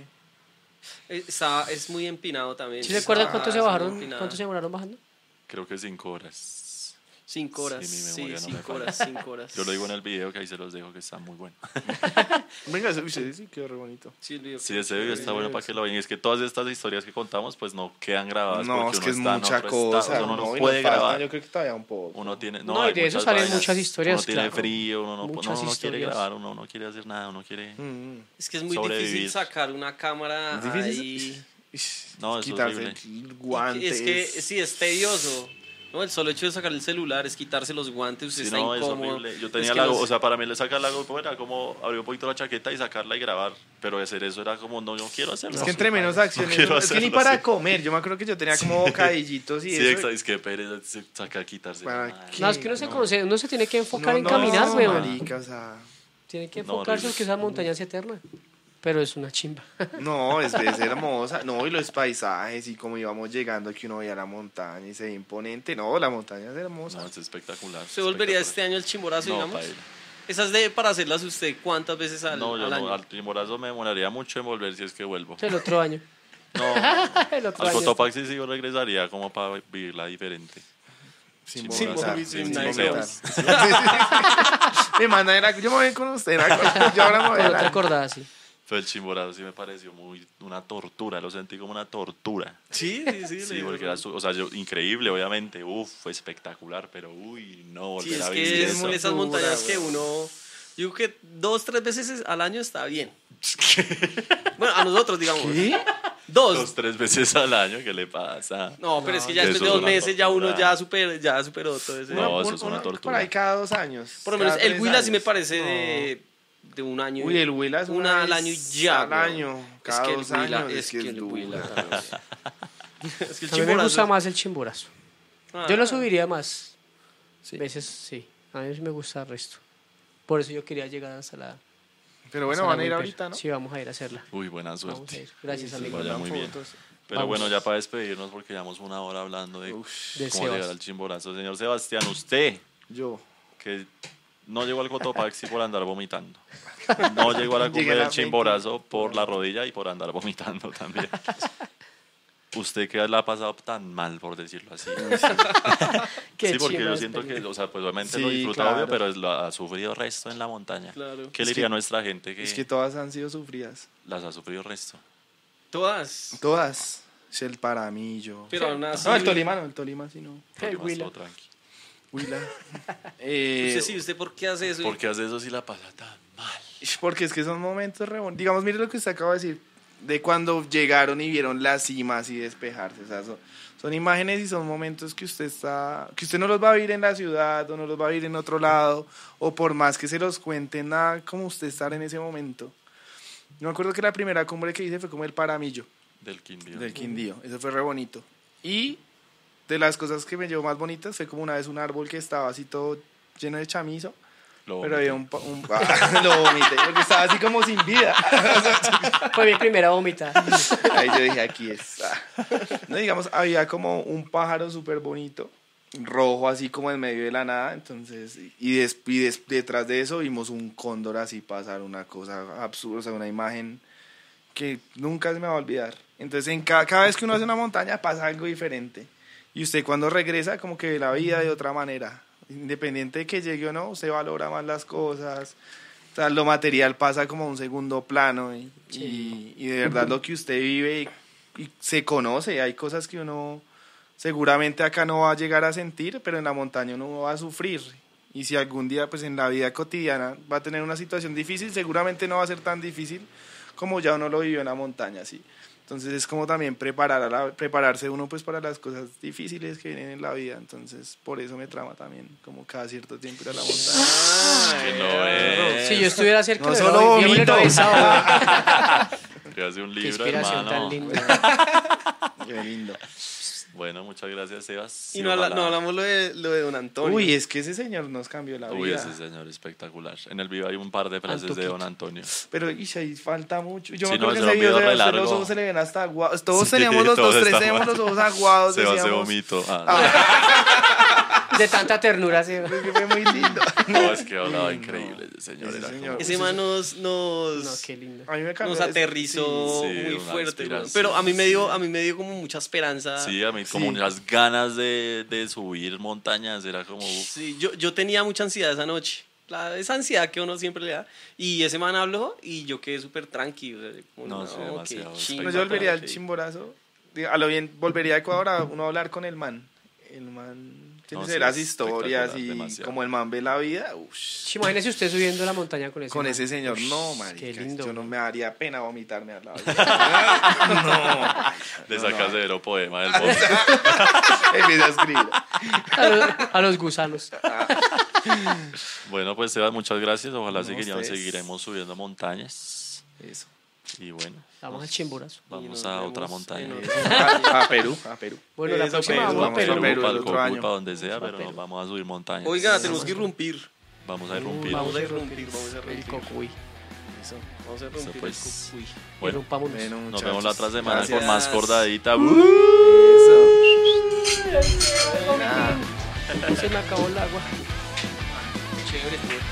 Eh, Está, es muy empinado también. ¿Sí se acuerdan Ah, cuánto es se muy bajaron? empinado. ¿Cuánto se demoraron bajando? Creo que 5 horas. Cinco horas. Sí, mi Sí, memoria no me cinco falla. horas, cinco horas. Yo lo digo en el video que ahí se los dejo que está muy bueno. Venga, eso- uy, sí, sí, quedó re bonito. Sí, el video. Sí, ese video está bueno para que lo vean. Y es que todas estas historias que contamos pues no quedan grabadas. No, porque Ah, es que es uno está en mucha otro cosa. estado, uno no y nos puede falta, grabar. Yo creo que todavía un poco. Uno tiene, No, no, y hay de eso salen vainas. muchas historias, Uno tiene claro. frío, uno no, no, Muchas uno no quiere historias. grabar, uno no quiere hacer nada, uno quiere... Mm, mm. Es que es muy difícil Sobrevivir. sacar una cámara ¿Es difícil? ahí. No, eso es Quitarse horrible. el guante. Es que sí, es tedioso. No, el solo hecho de sacar el celular es quitarse los guantes, usted Sí, está no, es incómodo. horrible. Yo Es tenía que la los- o sea, para mí le sacar la GoPro era como abrir un poquito la chaqueta y sacarla y grabar. Pero hacer eso era como, no, yo quiero hacerlo. Es que entre menos acciones. quiero ¿no? es que ni hacerlo, para sí. comer. Yo me acuerdo que yo tenía como bocadillitos y Sí, eso. exacto, es que pereza se- sacar, quitarse. ¿Para Ay, qué? No, es que uno se, conoce, uno se tiene que enfocar No, en no, caminar, no, weón. marica, o sea, Tiene que No, enfocarse horrible. porque esa montaña es eterna. Pero es una chimba. No, es, es hermosa. No, y los paisajes y como íbamos llegando que uno veía la montaña y se ve imponente. No, la montaña es hermosa. No, es espectacular. ¿Se volvería este espectacular. año el chimborazo, No, digamos? paila. Esas de para hacerlas usted, ¿cuántas veces al, No, yo al no, año? al Timorazo me demoraría mucho en volver si es que vuelvo. El otro año. No, El otro al año. Cotopaxi sí yo regresaría como para vivirla diferente. Sin Sin vomitar, vomi- sin sin nada. vomitar. Mi mana era, yo me voy con usted, era- yo ahora me voy Con a otra la- cordada, sí. Pero el Chimborazo sí me pareció muy una tortura, lo sentí como una tortura. Sí, sí, sí. Sí, le- porque era, su- o sea, yo- increíble, obviamente, uf, fue espectacular, pero uy, no, volver Sí, es a vivir que es eso. muy esas Dura, montañas que güey. uno. Yo creo que dos, tres veces es- al año está bien. Bueno, a nosotros, digamos. Dos. Dos, tres veces al año, ¿qué le pasa? No, pero es que ya No. después Eso de es dos una meses ya uno tortura. ya, super, ya superó todo ese. No, un- eso es una un- tortura. Por ahí cada dos años. Por lo menos cada el tres Huila sí me años. parece No. de. de un año. Uy, el Huila es una, al vez año y ya. Al weón. año, cada es que dos el Huila, años, es, que el es duro. Huila. weón. es que el A mí me gusta chimborazo- más el chimborazo. Ah, Yo lo subiría más. sí. Veces sí. A mí sí me gusta el resto. Por eso yo quería llegar hasta la. Pero bueno, hasta la van a ir Wimper. ahorita, ¿no? Sí, vamos a ir a hacerla. Uy, buena Vamos a suerte. ir. Gracias, amigo. vaya muy bien. Pero Vamos. bueno, ya para despedirnos, porque llevamos una hora hablando de De cómo llegar Sebas. al chimborazo. Señor Sebastián, usted, Yo. que no llegó al Cotopaxi por andar vomitando. No llegó a la Llegué cumbre a la del chimborazo por la rodilla y por andar vomitando también. Usted que la ha pasado tan mal, por decirlo así. Qué sí, porque chimba yo de siento que, experiencia. o sea, pues obviamente Sí, lo disfruta, claro. obvio, pero es- lo ha sufrido resto en la montaña. Claro. ¿Qué le Es diría que- a nuestra gente que, Es que todas han sido sufridas. las ha sufrido resto? Todas. Todas. Es el Paramillo. Pero aún así. No, el Tolima no, el Tolima sí no. Porque más Huila. todo tranqui. Huila. Eh, Usted sí, ¿usted por qué hace eso? ¿Por qué hace eso si la pasa tan mal? Porque es que son momentos re bon- Digamos, mire lo que usted acaba de decir. De cuando llegaron y vieron las cimas y despejarse. O sea, son, son imágenes y son momentos que usted está. que usted no los va a vivir en la ciudad o no los va a vivir en otro lado. O por más que se los cuenten, nada como usted estar en ese momento. Yo Me acuerdo que la primera cumbre que hice fue como el paramillo Del Quindío. del Quindío. Eso fue re bonito. Y de las cosas que me llevó más bonitas fue como una vez un árbol que estaba así todo lleno de chamizo. Lo Pero vomité. había un... pa- un ah, lo vomité, porque estaba así como sin vida. Fue mi primera vomita. Ahí yo dije, aquí está. No, digamos, había como un pájaro súper bonito, rojo así como en medio de la nada, entonces... Y, des- y des- detrás de eso vimos un cóndor así pasar, una cosa absurda, o sea, una imagen que nunca se me va a olvidar. Entonces, en ca- cada vez que uno hace una montaña pasa algo diferente. Y usted cuando regresa, como que ve la vida de otra manera. Independiente de que llegue o no, usted valora más las cosas. O sea, lo material pasa como a un segundo plano. Y, y- y de verdad lo que usted vive y, y se conoce. Hay cosas que uno seguramente acá no va a llegar a sentir, pero en la montaña uno va a sufrir. Y si algún día, pues en la vida cotidiana va a tener una situación difícil, seguramente no va a ser tan difícil como ya uno lo vivió en la montaña, sí. Entonces es como también preparar a la- prepararse uno pues para las cosas difíciles que vienen en la vida. Entonces por eso me trama también como cada cierto tiempo ir a la montaña. Que no es. Si yo estuviera cerca No de solo Robin, yo vomito. hubiera besado. Que hace un Qué libro, inspiración tan hermano. linda. Qué lindo. Bueno, muchas gracias, Sebas. Y no, habla- ojalá- no hablamos lo de, lo de don Antonio. Uy, es que ese señor nos cambió la Uy, vida. ese señor espectacular. En el vivo hay un par de frases de Antoquito. Don Antonio. Pero y si ahí falta mucho. Yo Sí, me acuerdo no, que ese ese video video de re usted los largo. ojos se le ven hasta aguados. Todos Sí, tenemos los, todos los tres estamos- tenemos los ojos aguados. Sebas se decíamos, vomito. Ah, De tanta ternura. sí. "Pues que fue muy lindo. no, es que hablaba increíble ese señor. Ese Era señor. como- Ese man nos, nos, No, qué lindo. A mí me cambió. nos es- aterrizó Sí, muy una fuerte. weón. inspiración, Pero a mí, me sí. dio, a mí me dio como mucha esperanza. Sí, a mí como Sí. unas ganas de, de subir montañas. Era como... uf, Sí, yo, yo tenía mucha ansiedad esa noche. La, esa ansiedad que uno siempre le da. Y ese man habló y yo quedé súper tranquilo. No, sí, demasiado No, yo volvería al chimborazo. Digo, A lo bien, volvería a Ecuador a uno a hablar con el man. El man tiene No, sí, serás es historias espectacular, y demasiado. como el man ve la vida, ush, Sí, Imagínese usted subiendo la montaña con ese con man. ese señor. No, marica, qué lindo, yo no man. me daría pena vomitarme al lado. de él. Le sacas cero poema del box. no, empecé a escribir. A los, a los gusanos. Bueno, pues Sebas, muchas gracias. Ojalá No, seguiríamos- ustedes. seguiremos subiendo montañas. Eso. Y bueno, Vamos al chimborazo. vamos a otra montaña. A, a Perú, a Perú. Bueno, la Eso, próxima Pedro, vamos a vamos a Perú. Perú. para el el otro Cocuy, año. para donde sea, pero nos vamos a subir montañas. Oiga, tenemos que irrumpir. Vamos a irrumpir. Vamos a Vamos. irrumpir, vamos a El irrumpir. cocuy. Eso, vamos a Eso irrumpir. pues. el cucuy. Bueno, Irrumpámonos. Bueno, nos muchachos. vemos la otra semana con Gracias. más ¡Uh! cordadita. Eso. Nada. Se me acabó el agua. Chévere, estuvo